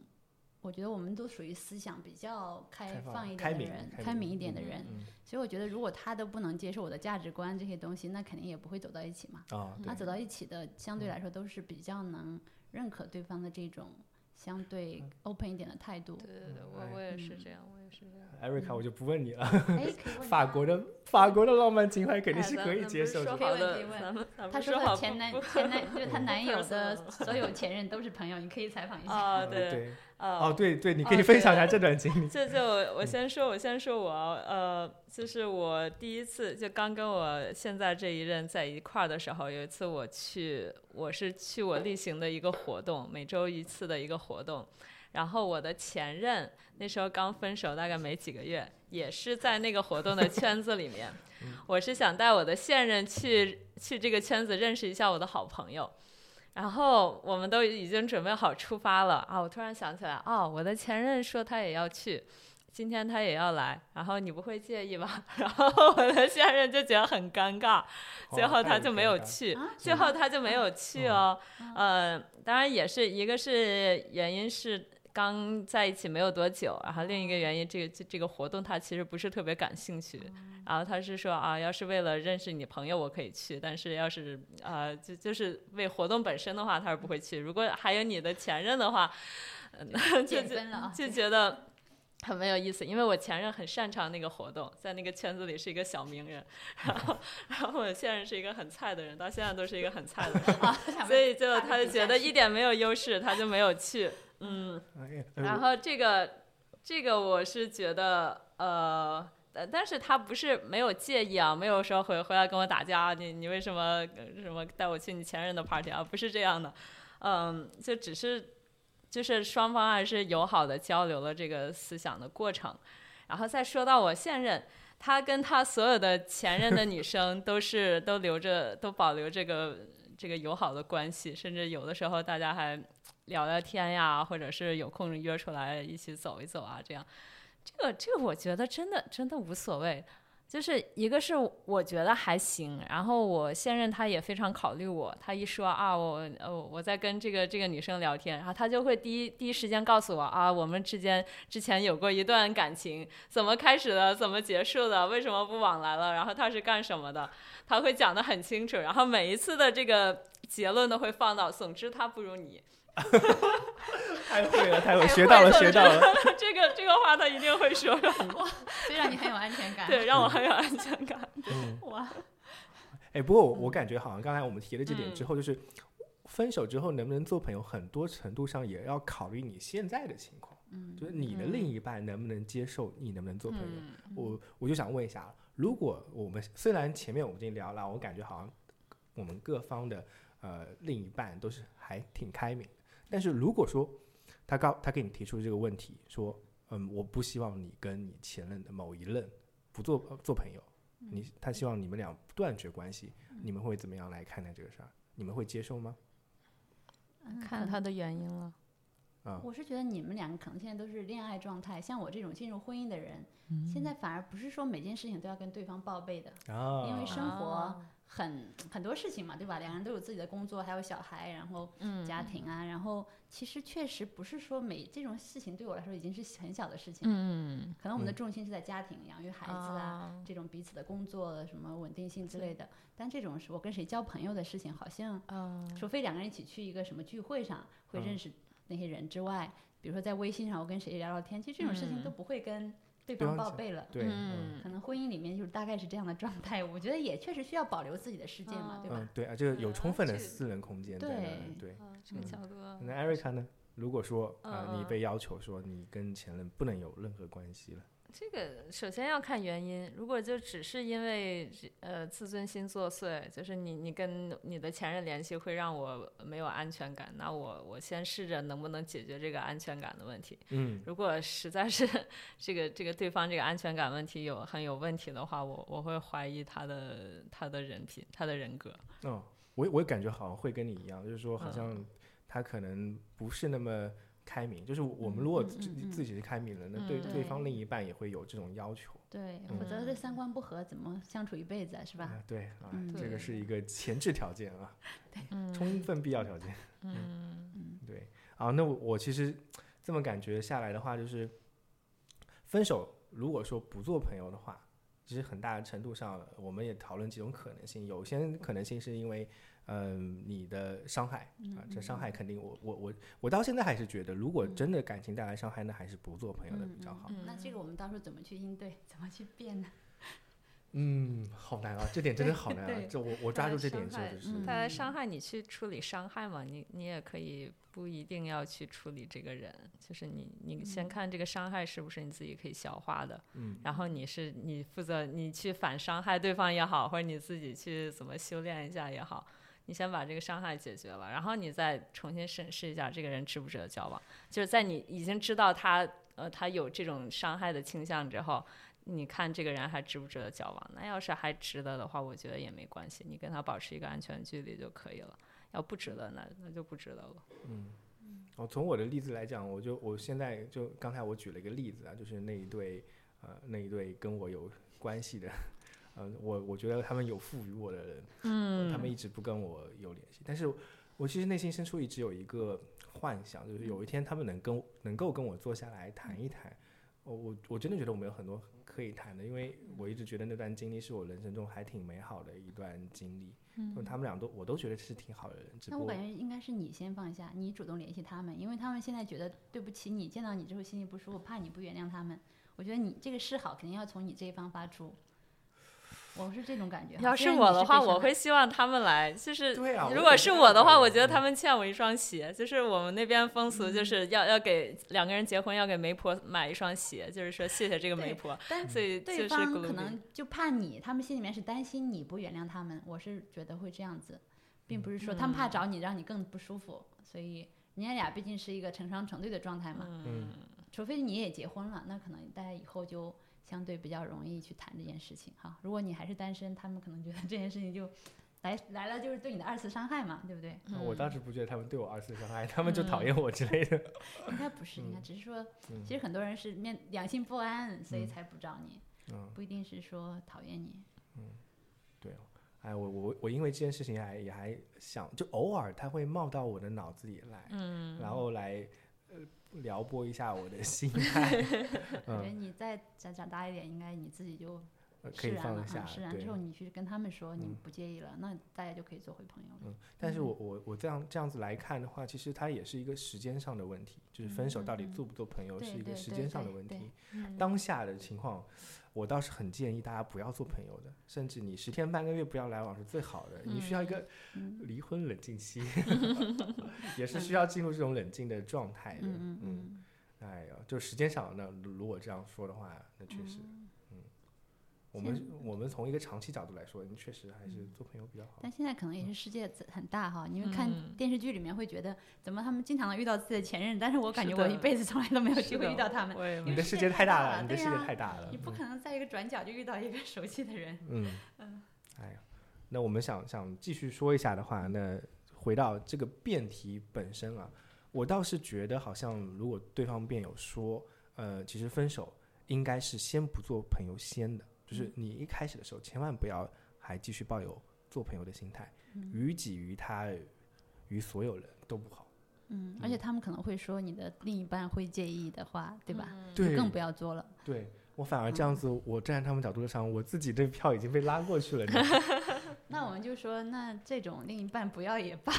S3: 我觉得我们都属于思想比较开
S1: 开放
S3: 放一
S1: 开
S3: 点的
S1: 明
S3: 人，
S1: 开
S3: 开明
S1: 明
S3: 一点的
S2: 嗯
S3: 人，
S1: 嗯
S3: 所以我觉得如果他都不能接受我的价值观这些东西，那肯定也不会走到一起嘛。
S1: 啊，
S3: 那
S1: 对，嗯
S3: 走到一起的，相对来说都是比较能认可对方的这种相对
S1: 嗯
S3: open 一点的态度
S2: 对。对对，我我也是这样，我也是这样。
S1: 艾瑞卡，
S3: 嗯
S1: 我就不问你了。
S3: 哎，可以问
S1: 法
S3: 他
S1: 国的法国的浪漫情怀肯定是可以接受
S2: 的。
S1: 的。
S3: 可以
S2: 好
S3: 问
S2: 的
S3: 提问
S2: 咱们咱们
S3: 他
S2: 说
S3: 说
S2: 好
S3: 他前男前男就是他男友
S2: personal
S3: 的所有前任都是朋友，你可以采访一
S2: 不
S3: 下。
S2: 啊，
S1: 嗯对，
S2: 啊
S1: 哦，，对对，你可
S2: 哦
S1: 以分享一
S2: 对
S1: 下这段经历。
S2: 这就我先说，我先说我呃，就是我第一次就刚跟我现在这一任在一块儿的时候，有一次我去，我是去我例行的一个活动，每周一次的一个活动。然后我的前任那时候刚分手，大概没几个月，也是在那个活动的圈子里面。我是想带我的现任去去这个圈子认识一下我的好朋友。然后我们都已经准备好出发了啊！我突然想起来，哦，我的前任说他也要去，今天他也要来，然后你不会介意吧？ 然后我的现任就觉得很尴尬，最
S1: 哦
S2: 后他
S1: 太
S2: 就没
S1: 尴尬
S2: 有
S1: 了嗯
S2: 去
S3: 啊，
S2: 最后他就没有去哦。呃，当然也是一个是原因是刚在一起没有多久，然后另一个原因这个这这个活动他其实不是特别感兴趣。然后他是说啊，要是为了认识你朋友，我可以去；但是要是呃，就就是为活动本身的话，他是不会去。如果还有你的前任的 话，呃 就
S3: 减
S2: 就
S3: 分了啊！
S2: 就觉得很没有意思，因为我前任很擅长那个活动，在那个圈子里是一个小名 人，然后然后我现任是一个很菜的人，到现在都是一个很菜的 人，所以就他就觉得一点没有优势，他就没有去。嗯，
S1: 哎呀哎我
S2: 然后这个这个我是觉得呃。呃但是他不是没有介意啊，没有说回回来跟我打架，啊你你为什么呃什么带我去你前任的 party 啊？不是这样的，嗯，就只是就是双方还是友好的交流了这个思想的过程，然后再说到我现任。他跟他所有的前任的女生都是都留着都保留这个这个友好的关系，甚至有的时候大家还聊聊天呀，或者是有空约出来一起走一走啊，这样。这个这个我觉得真的真的无所谓，就是一个是我觉得还行，然后我现任他也非常考虑我，他一说啊我呃我在跟这个这个女生聊天，然后他就会第一第一时间告诉我啊我们之间之前有过一段感情，怎么开始的，怎么结束的，为什么不往来了，然后他是干什么的，他会讲得很清楚，然后每一次的这个结论都会放到，总之他不如你，
S1: 太会了，太会，
S2: 哎
S1: 学到了，
S2: 会
S1: 学到了。
S2: 这个这个话他一定会说，
S3: 所以让你很有安全感。
S2: 对，让我很有安全感。
S1: 嗯，
S3: 哇，
S1: 哎，不过我我感觉好像刚才我们提了这点
S2: 嗯
S1: 之后，就是分手之后能不能做朋友，很多程度上也要考虑你现在的情况，
S3: 嗯
S1: 就是你的
S2: 嗯
S1: 另一半能不能接受你能不能做朋友。
S2: 嗯
S1: 我我就想问一下，如果我们虽然前面我们已经聊了，啊我感觉好像我们各方的呃另一半都是还挺开明的，但是如果说他告他给你提出这个问题，说嗯，我不希望你跟你前任的某一任不做呃做朋友，你他希望你们俩断绝关系，你们会怎么样来看待这个事儿？你们会接受吗？
S2: 嗯
S3: 嗯
S2: 看他的原因了。
S1: 啊、
S3: 我是觉得你们两个可能现在都是恋爱状态，像我这种进入婚姻的人，现
S1: 嗯
S3: 在反而不是说每件事情都要跟对方报备的，
S1: 啊，
S3: 因为生活
S2: 啊
S3: 很很多事情嘛，对吧？两个人都有自己的工作，还有小孩，然后
S2: 嗯
S3: 家庭啊，然后其实确实不是说每这种事情对我来说已经是很小的事情，
S2: 嗯，
S3: 可能我们的重心是在家庭、养育孩子啊，
S2: 啊，
S3: 这种彼此的工作什么稳定性之
S2: 对
S3: 类的。但这种是我跟谁交朋友的事情，好像
S2: 啊
S3: 除非两个人一起去一个什么聚会上会
S1: 嗯
S3: 认识那些人之外，比如说在微信上我跟谁聊聊天，其实这种事情
S2: 嗯
S3: 都不会跟对
S1: 对
S3: 方
S1: 方
S3: 报
S1: 讲
S3: 备了。
S1: 对，嗯
S2: 嗯
S3: 可能婚姻里面就是大概是这样的状态，我觉得也确实需要保留自己的世界嘛，
S2: 哦
S3: 对吧？
S1: 嗯，对啊，这个有充分的
S2: 这
S1: 私人空间在那儿，
S3: 对
S1: 对。
S2: 啊这个
S1: 嗯
S2: 角度啊，
S1: 那艾瑞卡呢？如果说呃，
S2: 嗯
S1: 你
S2: 嗯
S1: 被要求说你跟前任不能有任何关系了，
S2: 这个首先要看原因。如果就只是因为呃自尊心作祟，就是你你跟你的前任联系会让我没有安全感，那我我先试着能不能解决这个安全感的问题。
S1: 嗯，
S2: 如果实在是这个这个对方这个安全感问题有很有问题的话，我我会怀疑他的他的人品，他的人格。
S1: 哦，我我也感觉好像会跟你一样，就是说好
S2: 嗯
S1: 像他可能不是那么开明，就是我们如果
S3: 嗯
S1: 自
S3: 嗯嗯
S1: 自己是开明人，那对
S2: 嗯
S1: 对方另一半也会有这种要求，
S3: 对，
S1: 嗯
S3: 否则这三观不合怎么相处一辈子啊，是吧？
S1: 啊，对啊，
S3: 嗯
S1: 这个
S2: 对
S1: 是一个前置条件啊，
S2: 嗯
S1: 充分必要条件。
S2: 嗯
S1: 对啊，那我我其实这么感觉下来的话，就是分手如果说不做朋友的话，其实很大程度上我们也讨论几种可能性，有些可能性是因为嗯、你的伤害啊，这伤害肯定我我我我到现在还是觉得，如果真的感情带来伤害，那还是不做朋友的比较好。
S2: 嗯
S3: 那这个我们到时候怎么去应对， 怎么去变呢？
S1: 嗯，好难啊，这点真的好难啊
S3: 对，
S1: 这我我抓住这点之后
S2: 带来
S1: 就是
S3: 伤害嗯
S2: 他来伤害你去处理伤害嘛，你你也可以不一定要去处理这个人，就是你你先看这个伤害是不是你自己可以消化的，
S1: 嗯
S2: 然后你是你负责你去反伤害对方也好，或者你自己去怎么修炼一下也好。你先把这个伤害解决了，然后你再重新审视一下这个人值不值得交往。就是在你已经知道他呃他有这种伤害的倾向之后，你看这个人还值不值得交往？那要是还值得的话，我觉得也没关系，你跟他保持一个安全距离就可以了。要不值得，那那就不值得了。
S1: 哦，从我的例子来讲，我就我现在就刚才我举了一个例子啊，就是那一对呃那一对跟我有关系的，呃，我我觉得他们有赋予我的人，嗯、他们一直不跟我有联系，但是我其实内心深处一直有一个幻想，就是有一天他们能跟我能够跟我坐下来谈一谈，我我我真的觉得我们有很多可以谈的，因为我一直觉得那段经历是我人生中还挺美好的一段经历，嗯、他们俩都我都觉得是挺好的人，只
S3: 那
S1: 不
S3: 我
S1: 过
S3: 感觉应该是你先放下，你主动联系他们，因为他们现在觉得对不起你，见到你之后心里不舒服，怕你不原谅他们。我觉得你这个示好肯定要从你这一方发出，我是这种感觉。
S2: 要
S3: 虽
S2: 是
S3: 然
S2: 我
S3: 你
S2: 的
S3: 被
S2: 话，
S3: 伤
S2: 我
S3: 害
S2: 会希望他们来。就是
S1: 对啊我
S2: 如
S1: 也
S2: 果
S1: 是
S2: 是
S1: 这
S2: 我
S1: 样
S2: 的话，
S1: 觉
S2: 我
S1: 得
S2: 觉得
S1: 嗯
S2: 他们欠我一双鞋。就是我们那边风俗，就是要要给两个人结婚要给媒婆买一双鞋，就是说谢谢这个
S3: 对
S2: 媒婆。
S3: 但
S2: 所以 就
S3: 对
S2: 是
S3: 方
S2: gloomy
S3: 可能就怕你，他们心里面是担心你不原谅他们。我是觉得会这样子，并不是说他们怕
S2: 嗯
S3: 找你让你更不舒服，所以人家俩毕竟是一个成双成对的状态嘛。
S2: 嗯，
S3: 除非你也结婚了，那可能大家以后就相对比较容易去谈这件事情哈。如果你还是单身，他们可能觉得这件事情就来来了就是对你的二次伤害嘛，对不对？
S1: 我
S2: 嗯
S1: 倒是不觉得他们对我二次伤害，他们就
S3: 嗯
S1: 讨厌我之 类的。
S3: 应该不是，应该
S1: 嗯
S3: 只是说，
S1: 嗯
S3: 其实很多人是面良心不安，所以
S1: 嗯
S3: 才不找你，
S1: 嗯，
S3: 不一定是说讨厌 你。
S1: 对哦。哎，我我我因为这件事情还也还想，就偶尔它会冒到我的脑子里来，嗯，然后来呃撩拨一下我的 心态，
S3: 我觉得
S1: 嗯，
S3: 你再长长大一点，应该你自己就
S1: 呃可
S3: 释
S1: 以
S3: 然
S1: 放
S3: 了
S1: 得下
S3: 啊，，释然
S1: 对
S3: 之。后你去跟他们说你
S1: 嗯
S3: 不介意了，那大家就可以做回朋友了。
S1: 嗯，但是我我我这样这样子来看的话，其实它也是一个时间上的问题，就是分手到
S3: 嗯
S1: 底
S3: 嗯嗯
S1: 做不做朋友
S3: 对
S1: 是一个
S3: 对
S1: 时
S3: 对
S1: 间上的
S3: 对
S1: 问
S3: 对
S1: 题。
S2: 嗯
S1: 当下的情况，我倒是很建议大家不要做朋友的，甚至你十天半个月不要来往是最好的。你需要一个
S3: 嗯
S1: 离婚冷静 期，也是需要进入这种冷静的状态的。
S3: 嗯嗯嗯，
S1: 哎呦，就时间上，那如如果这样说的话，那确实，嗯，我们我们从一个长期角度来说，你确实还是做朋友比较好。
S3: 嗯但现在可能也是世界在很大哈，因为
S2: 嗯
S3: 看电视剧里面会觉得，怎么他们经常遇到自己的前任，但是我感
S2: 是
S3: 觉我
S2: 的
S3: 一辈子从来都没有
S2: 是
S3: 机会
S2: 的
S3: 遇到他们，
S2: 我也
S3: 因
S1: 你
S3: 为
S1: 的
S3: 世
S1: 世
S3: 界
S1: 界
S3: 太
S1: 太
S3: 大
S1: 了，
S3: 了
S1: 你的
S3: 对
S1: 世界
S3: 呀
S1: 太大了
S3: 你。不可能在一个转角就遇到一个 熟悉的人。
S1: 嗯，哎呀，那我们想想继续说一下的话，那回到这个辩题本身啊，我倒是觉得好像如果对方辩友说，呃，其实分手应该是先不做朋友先的，
S3: 嗯
S1: 就是你一开始的时候千万不要还继续抱有做朋友的心态，
S3: 嗯
S1: 于己于他于所有人都不好，
S3: 嗯，而且他们可能会说你的另一半会介意的话，对吧？嗯就
S1: 嗯对
S3: 更不要嗯做了。
S1: 对。我反而这样子，我站在他们角度上，我自己这票已经被拉过去了，你知道吗
S3: 那我们就说，那这种另一半不要也罢。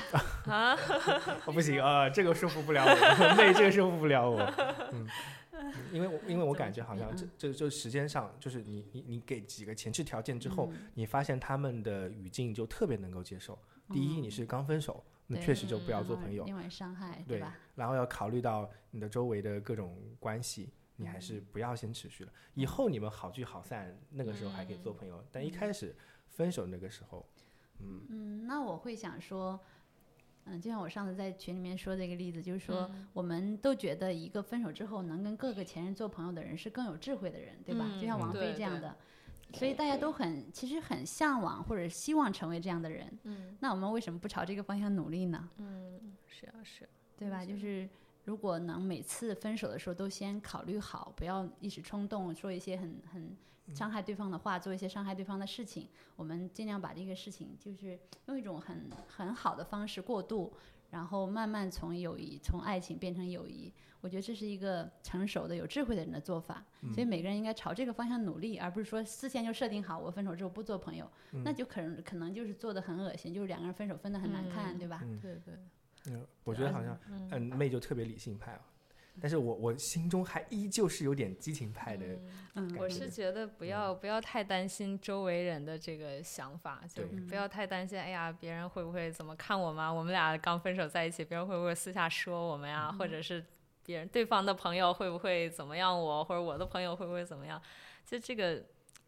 S2: 啊，
S1: 哦，不行啊、呃这个说服不了我，妹这个说服不 了我。嗯，嗯因为我因为
S3: 怎么
S1: 我感觉好
S3: 怎么
S1: 像这
S3: 样
S1: 这就时间上，就是你你你给几个前置条件之后，
S3: 嗯
S1: 你发现他们的语境就特别能够接受。第一，你是刚分手，那
S3: 哦对
S1: 确实就不要
S3: 然
S1: 做
S3: 后
S1: 朋友，
S3: 另外伤害，
S1: 对
S3: 吧？
S1: 然后要考虑到你的周围的各种关系。你
S3: 嗯
S1: 还是不要先持续了，以后你们好聚好散，那个时候还可以做朋友，但一开始分手那个时候，
S3: 嗯，那我会想说，嗯，就像我上次在群里面说的一个例子，就是
S2: 嗯
S3: 说，我们都觉得一个分手之后能跟各个前任做朋友的人是更有智慧的人，对吧？就像
S1: 嗯
S3: 王
S2: 对
S3: 菲这样
S2: 对
S3: 的。所以大家都很，其实很向往或者希望成为这样的人。
S2: 嗯
S3: 那我们为什么不朝这个方向努力呢？
S2: 嗯，是啊是啊，
S3: 对吧？
S2: 是
S3: 就是如果能每次分手的时候都先考虑好，不要一时冲动，说一些很很
S1: 嗯
S3: 伤害对方的话，做一些伤害对方的事情，我们尽量把这个事情就是用一种很很好的方式过渡，然后慢慢从友谊从爱情变成友谊。我觉得这是一个成熟的、有智慧的人的做法，
S1: 嗯
S3: 所以每个人应该朝这个方向努力，而不是说事先就设定好我分手之后不做朋友，
S1: 嗯
S3: 那就可能可能就是做的很恶心，就是两个人分手分的很难看，啊
S2: 嗯
S3: 对吧？
S1: 嗯
S2: 对对，
S1: 嗯，我觉得好像，嗯，妹就特别理性派啊，但是我我心中还依旧是有点激情派的，
S3: 嗯，
S2: 我
S1: 感
S2: 是
S1: 觉
S2: 觉得不要不要太担心周围人的这个想法，就
S1: 对
S2: 不要太担心，哎呀，别人会不会怎么看我们？我们俩刚分手在一起，别人会不会私下说我们呀？或者是别人对方的朋友会不会怎么样我，或者我的朋友会不会怎么样？就这个，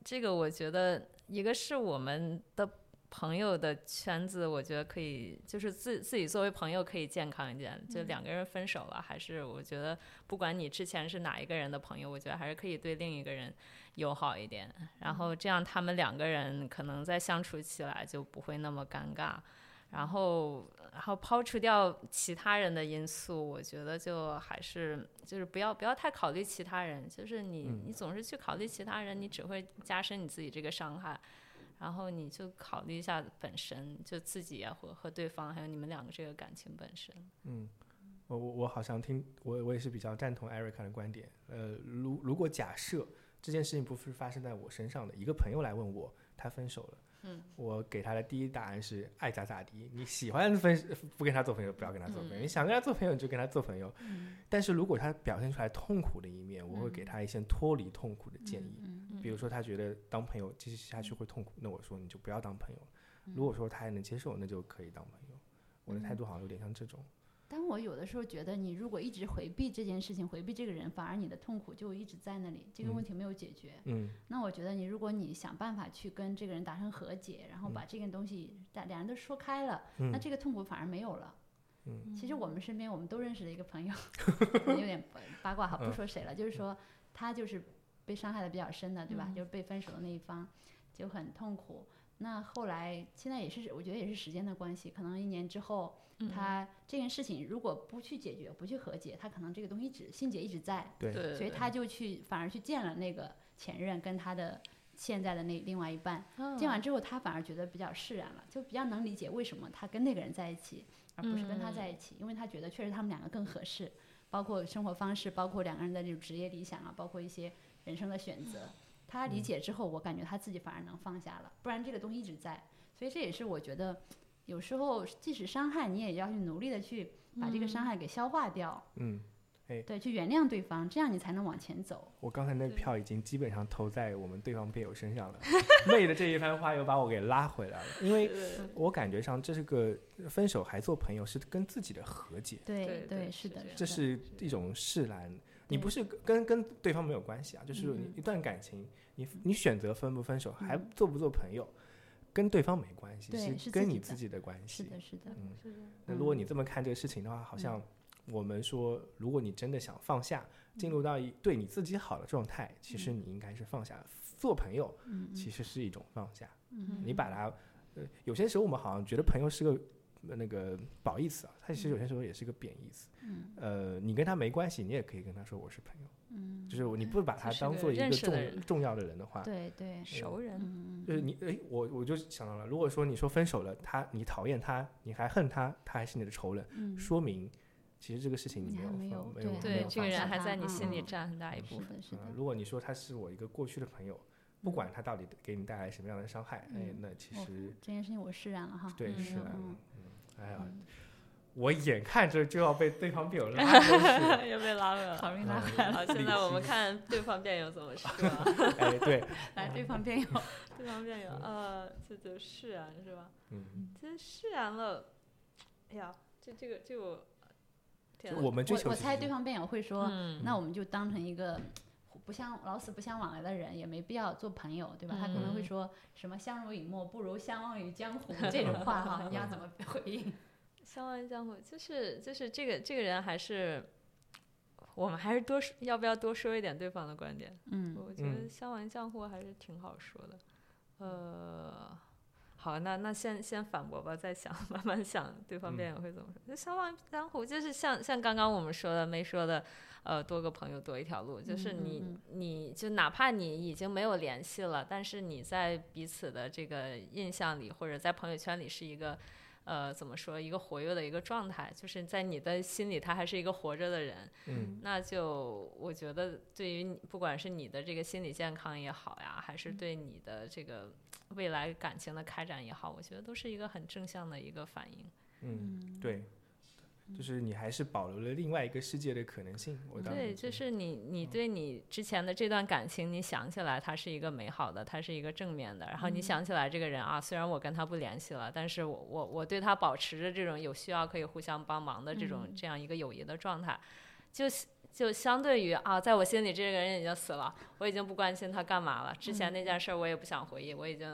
S2: 这个我觉得一个是我们的。朋友的圈子，我觉得可以，就是自自己作为朋友可以健康一点。就两个人分手了，还是我觉得不管你之前是哪一个人的朋友，我觉得还是可以对另一个人友好一点。然后这样他们两个人可能在相处起来就不会那么尴尬。然后，然后抛除掉其他人的因素，我觉得就还是就是不要不要太考虑其他人，就是你、你总是去考虑其他人，你只会加深你自己这个伤害。然后你就考虑一下本身，就自己啊和和对方，还有你们两个这个感情本身。
S1: 我我我好像听我我也是比较赞同 Erica 的观点。呃，如如果假设这件事情不是发生在我身上的，一个朋友来问我，他分手了，嗯，我给他的第一答案是爱咋咋地，你喜欢分不跟他做朋友，不要跟他做朋友，你想跟他做朋友你就跟他做朋友。但是如果他表现出来痛苦的一面，我会给他一些脱离痛苦的建议。
S3: 嗯
S1: 比如说他觉得当朋友继续下去会痛苦，那我说你就不要当朋友了。如果说他还能接受，那就可以当朋友。我的态度好像有点像这种，
S3: 但我有的时候觉得，你如果一直回避这件事情，回避这个人，反而你的痛苦就一直在那里，这个问题没有解决。
S1: 嗯
S3: 那我觉得，你如果你想办法去跟这个人达成和解，然后把这个东西大两人都说开了，
S1: 嗯
S3: 那这个痛苦反而没有了。
S1: 嗯
S3: 其实我们身边我们都认识的一个朋友，可能有点八卦哈，不
S1: 嗯
S3: 说谁了，就是说他就是被伤害的比较深的，对
S2: 嗯
S3: 吧？就是被分手的那一方就很痛苦。那后来现在也是，我觉得也是时间的关系，可能一年之后，
S2: 嗯
S3: 他这件事情如果不去解决、不去和解，他可能这个东西一直心结一直在，
S1: 对
S2: 对，
S3: 所以他就去反而去见了那个前任跟他的现在的那另外一半，
S2: 嗯
S3: 见完之后，他反而觉得比较释然了，就比较能理解为什么他跟那个人在一起，而不是跟他在一
S2: 嗯
S3: 起，因为他觉得确实他们两个更合适，包括生活方式，包括两个人的这种职业理想啊，包括一些人生的选
S2: 嗯
S3: 择。他理解之后，我感觉他自己反而能放下了，不然这个东西一直在。所以这也是我觉得，有时候即使伤害，你也要去努力的去把这个
S2: 嗯
S3: 伤害给消化掉，
S1: 嗯。
S3: 对，去原谅对方，这样你才能往前走。
S1: 我刚才那
S2: 对
S1: 票已经基本上投在我们对方辩友身上了， 妹的这一番话又把我给拉回来了，因为我感觉上这是个分手还做朋友是跟自己的和解，
S2: 对
S3: 对
S2: 对
S3: 是
S2: 是
S3: 的
S2: 这，样
S1: 这
S3: 的
S1: 是一种释然。你
S3: 对
S1: 不是跟跟对方没有关系啊，就是
S3: 嗯
S1: 你
S3: 嗯
S1: 一段感情，你你选择分不分手，还做不做朋友，跟对方没关系，
S3: 对
S1: 是
S3: 是
S1: 跟
S3: 自己
S1: 你
S3: 的
S1: 自己的关
S3: 是
S1: 系。
S3: 的，是的，
S1: 嗯
S2: 是的
S1: 那如果你这么看这个事情的话，好像我们说，如果你真的想放下，进入到一对你自己好的状态，其实你应该是放下。做朋友
S3: 嗯嗯
S1: 其实是一种放下，
S3: 嗯
S1: 你把它，呃，有些时候我们好像觉得朋友是个。呃那个褒义词啊，它其实有些时候也是个贬义词。
S3: 嗯
S1: 呃，你跟他没关系，你也可以跟他说我是朋友，
S3: 嗯，
S1: 就是你不把他
S2: 就是
S1: 当
S2: 个
S1: 做一
S2: 认
S1: 个
S2: 识的
S1: 重
S2: 人
S1: 重要的人的
S2: 嗯
S1: 话，
S3: 对对，
S2: 熟人，
S3: 嗯
S1: 就是你哎，我我就想到了，如果说你说分手了，他你讨厌他，你还恨他，他还是你的仇人，
S3: 嗯，
S1: 说明其实这个事情你
S3: 你
S1: 没有
S3: 还没
S1: 放
S3: 有
S1: 没有
S3: 对
S1: 没
S2: 对
S1: 有
S2: 这个
S1: 放
S2: 人
S1: 下
S2: 还在你
S3: 嗯
S2: 心里
S3: 嗯
S2: 占很大一
S3: 是
S2: 部分。
S3: 的，是的
S1: 嗯，如果你说他是我一个过去的朋友，不管他到底给你带来什么样的伤害，哎，
S3: 嗯
S1: 那其
S3: 我
S1: 实
S3: 这件事情我释然了哈。
S1: 对
S2: 嗯，
S1: 是啊，
S3: 嗯
S1: 嗯，哎呀，我眼看着就要被对方辩友 拉过去了
S2: 又被拉回来
S3: 好
S2: 了。
S3: 容易拉回来
S2: 好，
S1: 嗯
S2: 现在我们，看对方辩友怎么说啊。
S1: 理性哎，对，
S3: 来对方辩友，
S2: 对方辩友，呃，这就释然是吧？
S1: 嗯，
S2: 其实释然了，哎呀，这这个这个我，天
S1: 就
S2: 呐
S1: 我 们追
S3: 我
S1: 求
S3: 我
S1: 其
S3: 猜
S1: 实
S3: 对方辩友会说，
S2: 嗯
S3: 那我们就当成一个不相老死不相往来的人，也没必要做朋友，对吧？他可能会
S2: 嗯
S3: 说什么相濡以沫不如相忘于江湖这种话
S1: 嗯
S3: 哈，你要怎么回 应？
S2: 相忘于江湖，就是就是这个这个人还是，我们还是多说要不要多说一点对方的观点？
S3: 嗯
S2: 我觉得相忘于江湖还是挺好说的。呃，好，那那先先反驳吧，再想慢慢想对方辩友会怎么说。就相忘于江湖，就是像像刚刚我们说的没说的，呃，多个朋友多一条路，就是
S3: 嗯嗯
S2: 你、
S3: 嗯
S2: 你就哪怕你已经没有联系了，但是你在彼此的这个印象里或者在朋友圈里是一个。呃，怎么说？一个活跃的一个状态，就是在你的心里，他还是一个活着的人。
S1: 嗯
S2: 那就我觉得，对于你不管是你的这个心理健康也好呀，还是对你的这个未来感情的开展也好，我觉得都是一个很正向的一个反应。
S1: 嗯，
S3: 嗯，
S1: 对，就是你还是保留了另外一个世界的可能性。我当时觉
S2: 对，就
S1: 得嗯
S2: 是你你对你之前的这段感情，你想起来它是一个美好的，它是一个正面的，然后你
S1: 嗯
S2: 想起来这个人啊，虽然我跟他不联系了，但是我我我对他保持着这种有需要可以互相帮忙的这种、
S1: 嗯
S2: 这样一个友谊的状态，就。就相对于啊，在我心里这个人已经死了，我已经不关心他干嘛了。之前那
S1: 嗯
S2: 件事儿我也不想回忆，我已经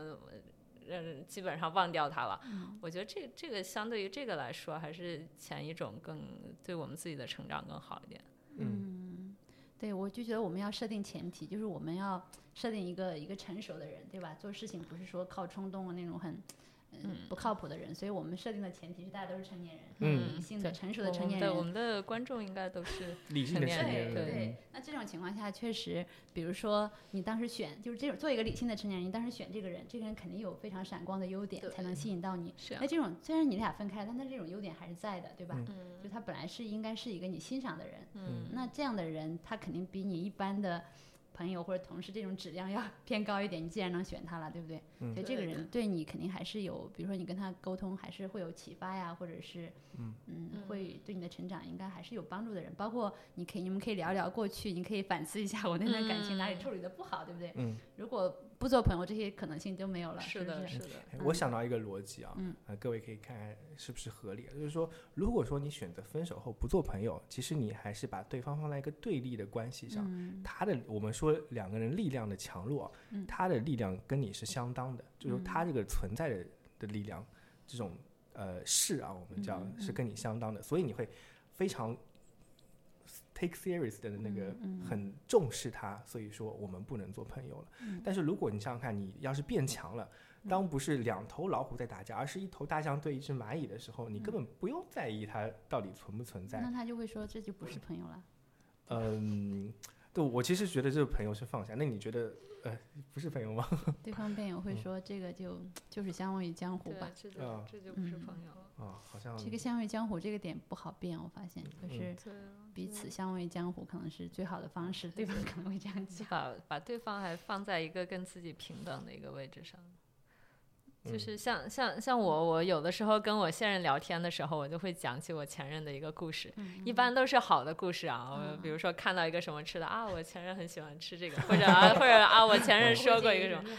S2: 嗯基本上忘掉他了。
S1: 嗯
S2: 我觉得这这个相对于这个来说，还是前一种更对我们自己的成长更好一点。
S3: 嗯，对，我就觉得我们要设定前提，就是我们要设定一个一个成熟的人，对吧？做事情不是说靠冲动的那种很。嗯，不靠谱的人，所以我们设定的前提是大家都是成年人，
S1: 嗯
S3: 理性的、
S2: 对
S3: 成熟
S2: 我
S3: 的成
S2: 们
S3: 年
S2: 的
S3: 人，
S2: 我们的观众应该都 是
S1: 理性的嗯
S2: 成
S1: 成年
S2: 年
S3: 对
S1: 人，
S2: 人
S3: 对，那这种情况下，确实，比如说你当时选，就是这种做一个理性的成年人，你当时选这个人，这个人肯定有非常闪光的优点，
S2: 对
S3: 才能吸引到你。
S2: 是啊
S3: 那这种虽然你俩分开了，但他这种优点还是在的，对吧？
S2: 嗯
S3: 就他本来是应该是一个你欣赏的人，
S2: 嗯
S3: 那这样的人，他肯定比你一般的朋友或者同事这种质量要 偏高一点。你既然能选他了，对不对？
S1: 嗯
S3: 所以这个
S2: 对的
S3: 人对你肯定还是有，比如说你跟他沟通还是会有启发呀，或者是
S1: 嗯
S2: 嗯
S3: 会对你的成长应该还是有帮助的人。包括你可以你们可以聊一聊过去，你可以反思一下我那段感情哪里
S2: 嗯
S3: 处理的不好，对不对？
S1: 嗯，
S3: 如果不做朋友，这些可能性就没有了，
S2: 是
S3: 不
S2: 的，
S3: 是
S2: 是的，
S1: 哎我想到一个逻辑啊，
S3: 嗯
S1: 呃，各位可以看看是不是合理啊。就是说，如果说你选择分手后不做朋友，其实你还是把对方放在一个对立的关系上，
S3: 嗯
S1: 他的我们说两个人力量的强弱啊，
S3: 嗯
S1: 他的力量跟你是相当的，就是说他这个存在的的力量，这种呃势啊，我们叫
S3: 嗯嗯
S1: 是跟你相当的，所以你会非常 take serious 的那个
S3: 嗯嗯
S1: 很重视他，所以说我们不能做朋友了。
S3: 嗯
S1: 但是如果你想想看，你要是变强了。当不是两头老虎在打架，而是一头大象对一只蚂蚁的时候，你
S3: 嗯
S1: 根本不用在意它到底存不存在。
S3: 那他就会说这就不是朋 友了。
S1: 嗯，对我其实觉得这个朋友是放下。那你觉得呃不是朋友吗？
S3: 对方辩友会说这个就就是相忘于江湖
S2: 对
S3: 吧，，
S2: 这
S1: 啊
S2: 就这就不是
S3: 嗯
S2: 朋友了。
S1: 啊、好像
S3: 这个相忘于江湖这个点不好辩，我发现
S1: 嗯
S3: 就是
S4: 啊
S2: 对，
S3: 彼
S2: 对
S3: 此相忘于江湖可能是最好的方式，对方可能会这样
S2: 就
S3: 讲。
S2: 把把对方还放在一个跟自己平等的一个位置上。
S1: 嗯
S2: 就是像像像我，我有的时候跟我现任聊天的时候，我就会讲起我前任的一个故事，
S3: 嗯
S2: 一般都是好的故事啊。我比如说看到一个什么吃的啊，我前任很喜欢吃 这个，或者啊或者啊，我前任说过一个什么，
S3: 么，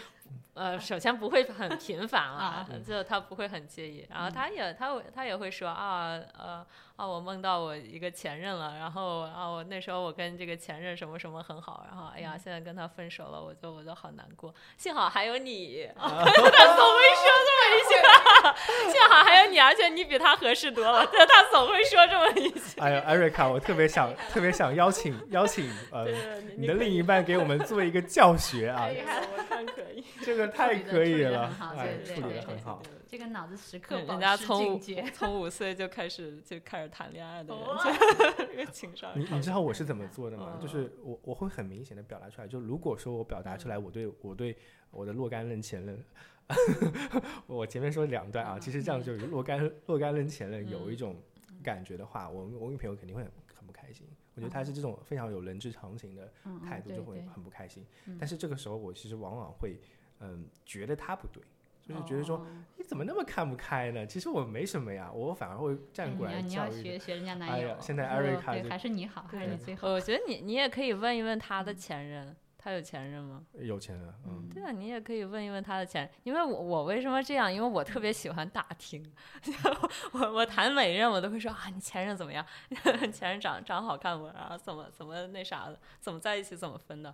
S2: 呃，首先不会很频繁了
S3: 啊，
S2: 就他不会很介意，然后他也他他也会说啊呃啊我梦到我一个前任了，然后啊我那时候我跟这个前任什么什么很好，然后哎呀现在跟他分手了，我就我就好难过，幸好还有你，
S1: 嗯
S2: 啊他总会说这么一句，幸好还有你，而且你比他合适 多了，他他总会说这么一 句，
S1: 哎呀，艾瑞卡，我特别想特别想邀请邀请呃
S2: 对
S1: 你的另一半给我们做一个教学 啊
S2: 可，以，我看可 以，
S1: 这个太可以了，
S3: 哎处理得很好对对
S1: 哎，处理
S3: 对
S1: 的很好。
S3: 这个脑子时刻
S2: 嗯人
S3: 保
S2: 家
S3: 持
S2: 从
S3: 警
S2: 五
S3: 觉。
S2: 从五岁就开始就开始谈恋爱的人， 这个情商。
S1: 你你知道我是怎么做的吗？
S2: 嗯
S1: 就是我我会很明显的表达出来，就如果说我表达出来我对我对我的若干任前任， 我前面说两段啊，其实
S3: 嗯
S1: 这样就是若干若干任前任有一种感觉的话，我我跟朋友肯定会很很不开心。我觉得他是这种非常有人之常情的
S3: 嗯，嗯
S1: 态度，
S3: 对
S1: 就会
S3: 对嗯
S1: 很不开心。但是这个时候我其实往往会嗯觉得他不对，就是觉得说
S3: 哦
S1: 你怎么那么看不开呢？其实我没什么呀，我反而会站过
S3: 哎
S1: 来
S3: 你要
S1: 教
S3: 你要
S1: 育
S3: 学
S1: 你。
S3: 学人家男
S1: 哎
S3: 友
S1: 呀。现在
S3: 然后
S1: Erica
S3: 对
S1: 就
S3: 还是你好，还是你
S1: 对
S3: 最好。
S2: 我觉得你你也可以问一问他的前任，他有前任吗？
S1: 有钱人，嗯，
S2: 嗯对啊，你也可以问一问他的前任，因为我我为什么这样？因为我特别喜欢打听， 我我谈每任我都会说啊，你前任怎么样？ 前任长长好看不？然后怎么怎么那啥的，怎么在一起，怎么分的？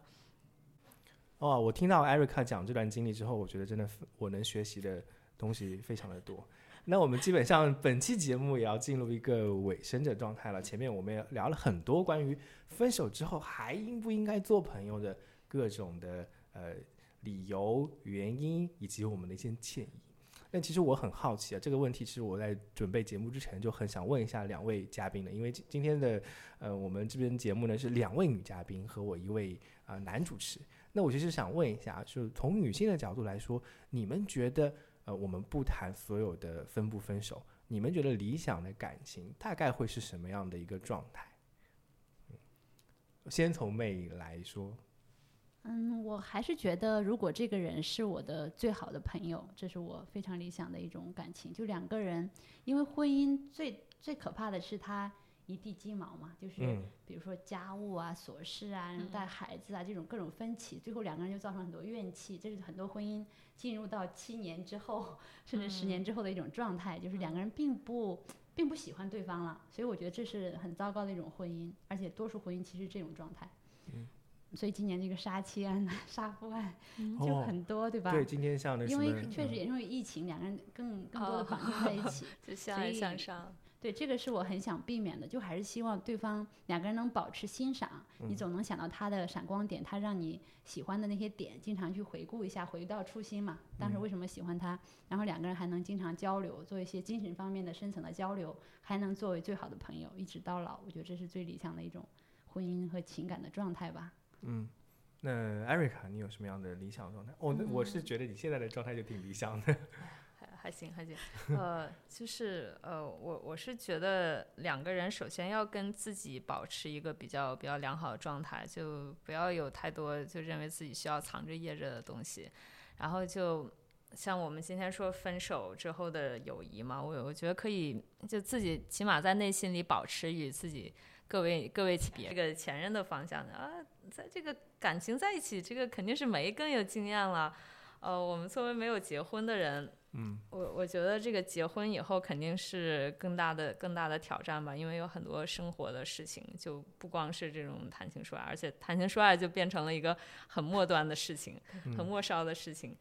S1: 哦，我听到 Erica 讲这段经历之后，我觉得真的我能学习的东西非常的多。那我们基本上本期节目也要进入一个尾声的状态了。前面我们也聊了很多关于分手之后还应不应该做朋友的各种的呃理由、原因以及我们的一些建议。那其实我很好奇啊，这个问题其实我在准备节目之前就很想问一下两位嘉宾的，因为今今天的呃我们这边节目呢是两位女嘉宾和我一位啊、呃男主持。那我其实想问一下，啊就是从女性的角度来说，你们觉得呃，我们不谈所有的分不分手，你们觉得理想的感情大概会是什么样的一个状态？嗯先从妹来说，
S3: 嗯，我还是觉得，如果这个人是我的最好的朋友，这是我非常理想的一种感情。就两个人，因为婚姻最最可怕的是他一地鸡毛嘛，就是
S1: 嗯
S3: 比如说家务啊、琐事啊、带孩子啊这种各种分歧，最后两个人就造成很多怨气。这是很多婚姻进入到七年之后， 甚至十年之后的一种状态，就是两个人并不并不喜欢对方了。所以我觉得这是很糟糕的一种婚姻，而且多数婚姻其实这种状态。
S1: 嗯
S3: 所以今年这个杀妻案、啊杀夫案嗯就
S1: 哦，
S3: 很多，对吧？
S1: 对，今天像那什
S3: 因
S1: 么，
S3: 为确实
S1: 嗯
S3: 也因为疫情，两个人更更多的
S2: 哦
S3: 绑定在一起。
S2: 就相爱
S3: 所以
S2: 相杀。
S3: 对，这个是我很想避免的，就还是希望对方两个人能保持欣赏，你总能想到他的闪光点，他让你喜欢的那些点，经常去回顾一下，回到初心嘛，当时为什么喜欢他，然后两个人还能经常交流，做一些精神方面的深层的交流，还能作为最好的朋友一直到老，我觉得这是最理想的一种婚姻和情感的状态吧。
S1: 嗯。
S3: 嗯
S1: 那艾瑞卡，你有什么样的理想状态？哦，那我是觉得你现在的状态就挺理想的。
S2: 还还行还行，呃，就是呃，我我是觉得两个人首先要跟自己保持一个比较比较良好的状态，就不要有太多就认为自己需要藏着掖着的东西，然后就像我们今天说分手之后的友谊嘛，我我觉得可以就自己起码在内心里保持与自己各位各位别这个前任的方向的啊，在这个感情在一起，这个肯定是没更有经验了。呃，我们作为没有结婚的人，
S1: 嗯，
S2: 我我觉得这个结婚以后肯定是更大的更大的挑战吧，因为有很多生活的事情，就不光是这种谈情说爱，而且谈情说爱就变成了一个很末端的事情，很末梢的事情，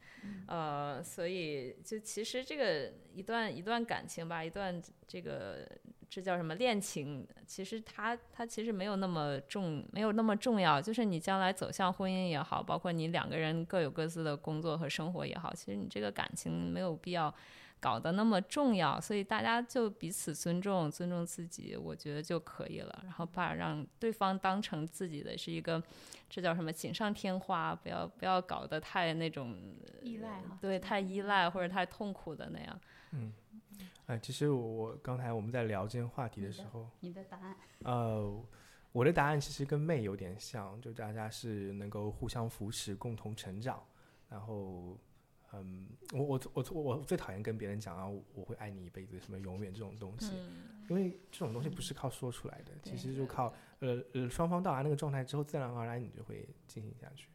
S2: 呃，所以就其实这个一段一段感情吧，一段这个这叫什么恋情，其实它它其实没有那么重，没有那么重要，就是你将来走向婚姻也好，包括你两个人各有各自的工作和生活也好，其实你这个感情没有必要。搞得那么重要，所以大家就彼此尊重，尊重自己，我觉得就可以了。然后把让对方当成自己的是一个，这叫什么锦上添花，不要不要搞得太那种
S3: 依赖哈，
S2: 对太依赖或者太痛苦的那样。
S1: 哎，其实我我刚才我们在聊这件话题的时候，
S3: 你的答案，
S1: 呃，我的答案其实跟妹有点像，就大家是能够互相扶持、共同成长。然后，嗯，我我我我我最讨厌跟别人讲啊，我我会爱你一辈子，什么永远这种东西，
S2: 嗯，
S1: 因为这种东西不是靠说出来的，其
S2: 对
S1: 实就靠呃呃双方到达那个状态之后，自然而然你就会进行下去。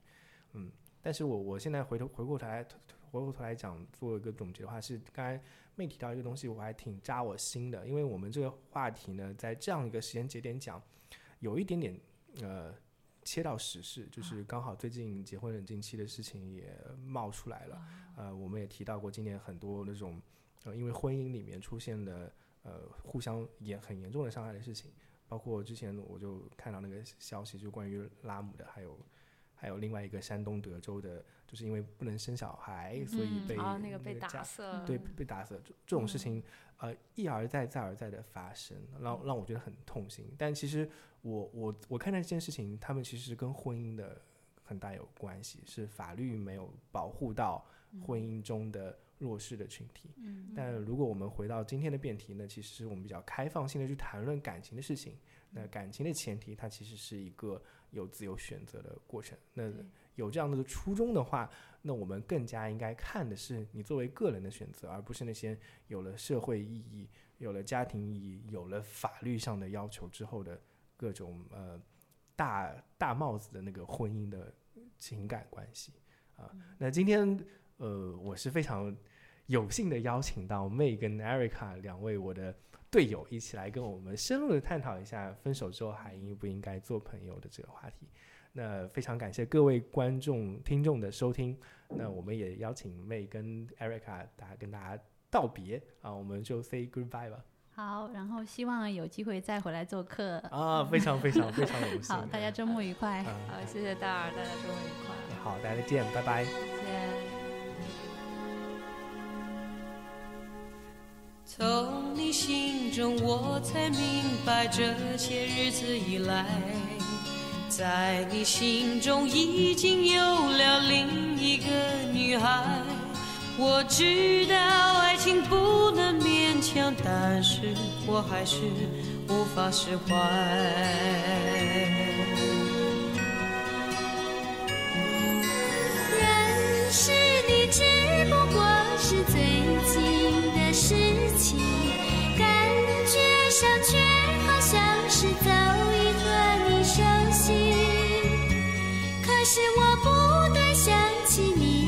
S1: 嗯，但是我我现在回头回过头来回过头来讲做一个总结的话，是刚才妹提到一个东西，我还挺扎我心的，因为我们这个话题呢，在这样一个时间节点讲，有一点点呃切到时事，就是刚好最近结婚冷静期的事情也冒出来了。
S2: 啊
S1: 呃，我们也提到过，今年很多那种呃，因为婚姻里面出现的呃互相严很严重的伤害的事情，包括之前我就看到那个消息，就关于拉姆的，还有还有另外一个山东德州的，就是因为不能生小孩，所以被、
S2: 啊那个被打
S1: 家
S2: 死了，
S3: 嗯
S1: 对，被打死了这这种事情，呃，一而再再而再的发生，让让我觉得很痛心。但其实我我我看待这件事情，他们其实跟婚姻的很大有关系，是法律没有保护到婚姻中的弱势的群体。
S3: 嗯
S1: 但如果我们回到今天的辩题呢，其实我们比较开放性的去谈论感情的事情。
S3: 嗯
S1: 那感情的前提，它其实是一个有自由选择的过程。那有这样的初衷的话，那我们更加应该看的是你作为个人的选择，而不是那些有了社会意义、有了家庭意义、有了法律上的要求之后的各种呃大大帽子的那个婚姻的情感关系啊、那今天呃，我是非常有幸的邀请到 May 跟 Erica 两位我的队友一起来跟我们深入的探讨一下分手之后还应不应该做朋友的这个话题。那非常感谢各位观众听众的收听，那我们也邀请 May 跟 Erica 大家跟大家道别啊，我们就 say goodbye 吧。
S3: 好，然后希望有机会再回来做客。
S1: 啊，非常非常非常有幸。
S3: 好，大家周末愉快。
S1: 啊，
S2: 好，谢谢大耳，大家周末愉快，啊
S1: 好，大家再见，拜拜。
S2: 再见。
S4: 从你心中，我才明白这些日子以来，在你心中已经有了另一个女孩。我知道爱情不能勉强，但是我还是无法释怀。
S5: 认识你只不过是最近的事情，感觉上却好像是早已和你熟悉。可是我不断想起你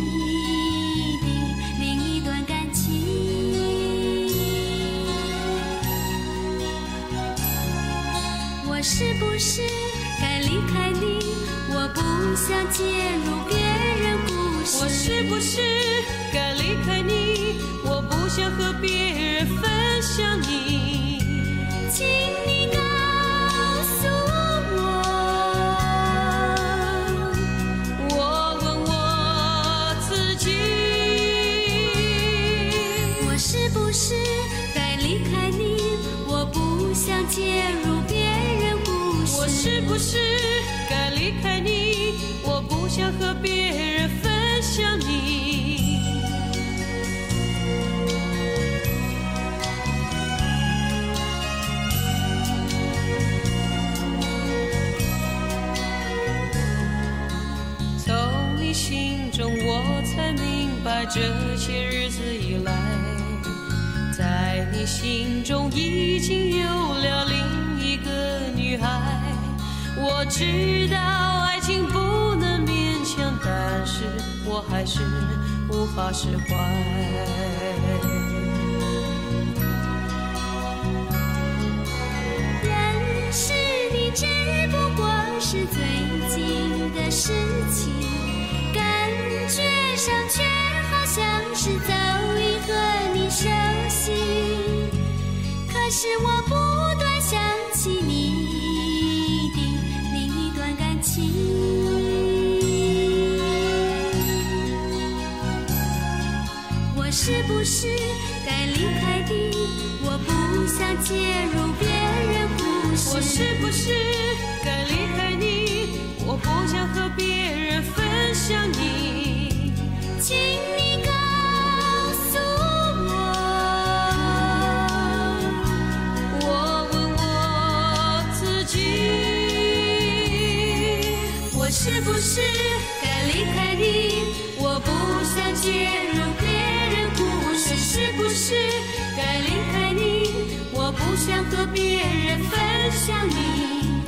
S5: 的另一段感情。我是不是该离开你？我不想介入别人故事。
S4: 我是不是该离开你？我不想和别人分享你。
S5: 请你告诉我，
S4: 我问我自己，
S5: 我是不是该离开你？我不想介入别人故事。
S4: 我是不是该离开你？我不想和别人分享你。白这些日子以来，在你心中已经有了另一个女孩。我知道爱情不能勉强，但是我还是无法释怀。
S5: 认识你只不过是最近的事情，感觉上却好像是早已和你熟悉。可是我不断想起你的另一段感情。我是不是该离开你？我不想介入别人故事。
S4: 我是不是该离开你？我不想和别人分享你。
S5: 请你告诉我，
S4: 我问我自己，
S5: 我是不是该离开你？我不想介入别人故事，是不是该离开你？我不想和别人分享你，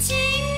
S5: 请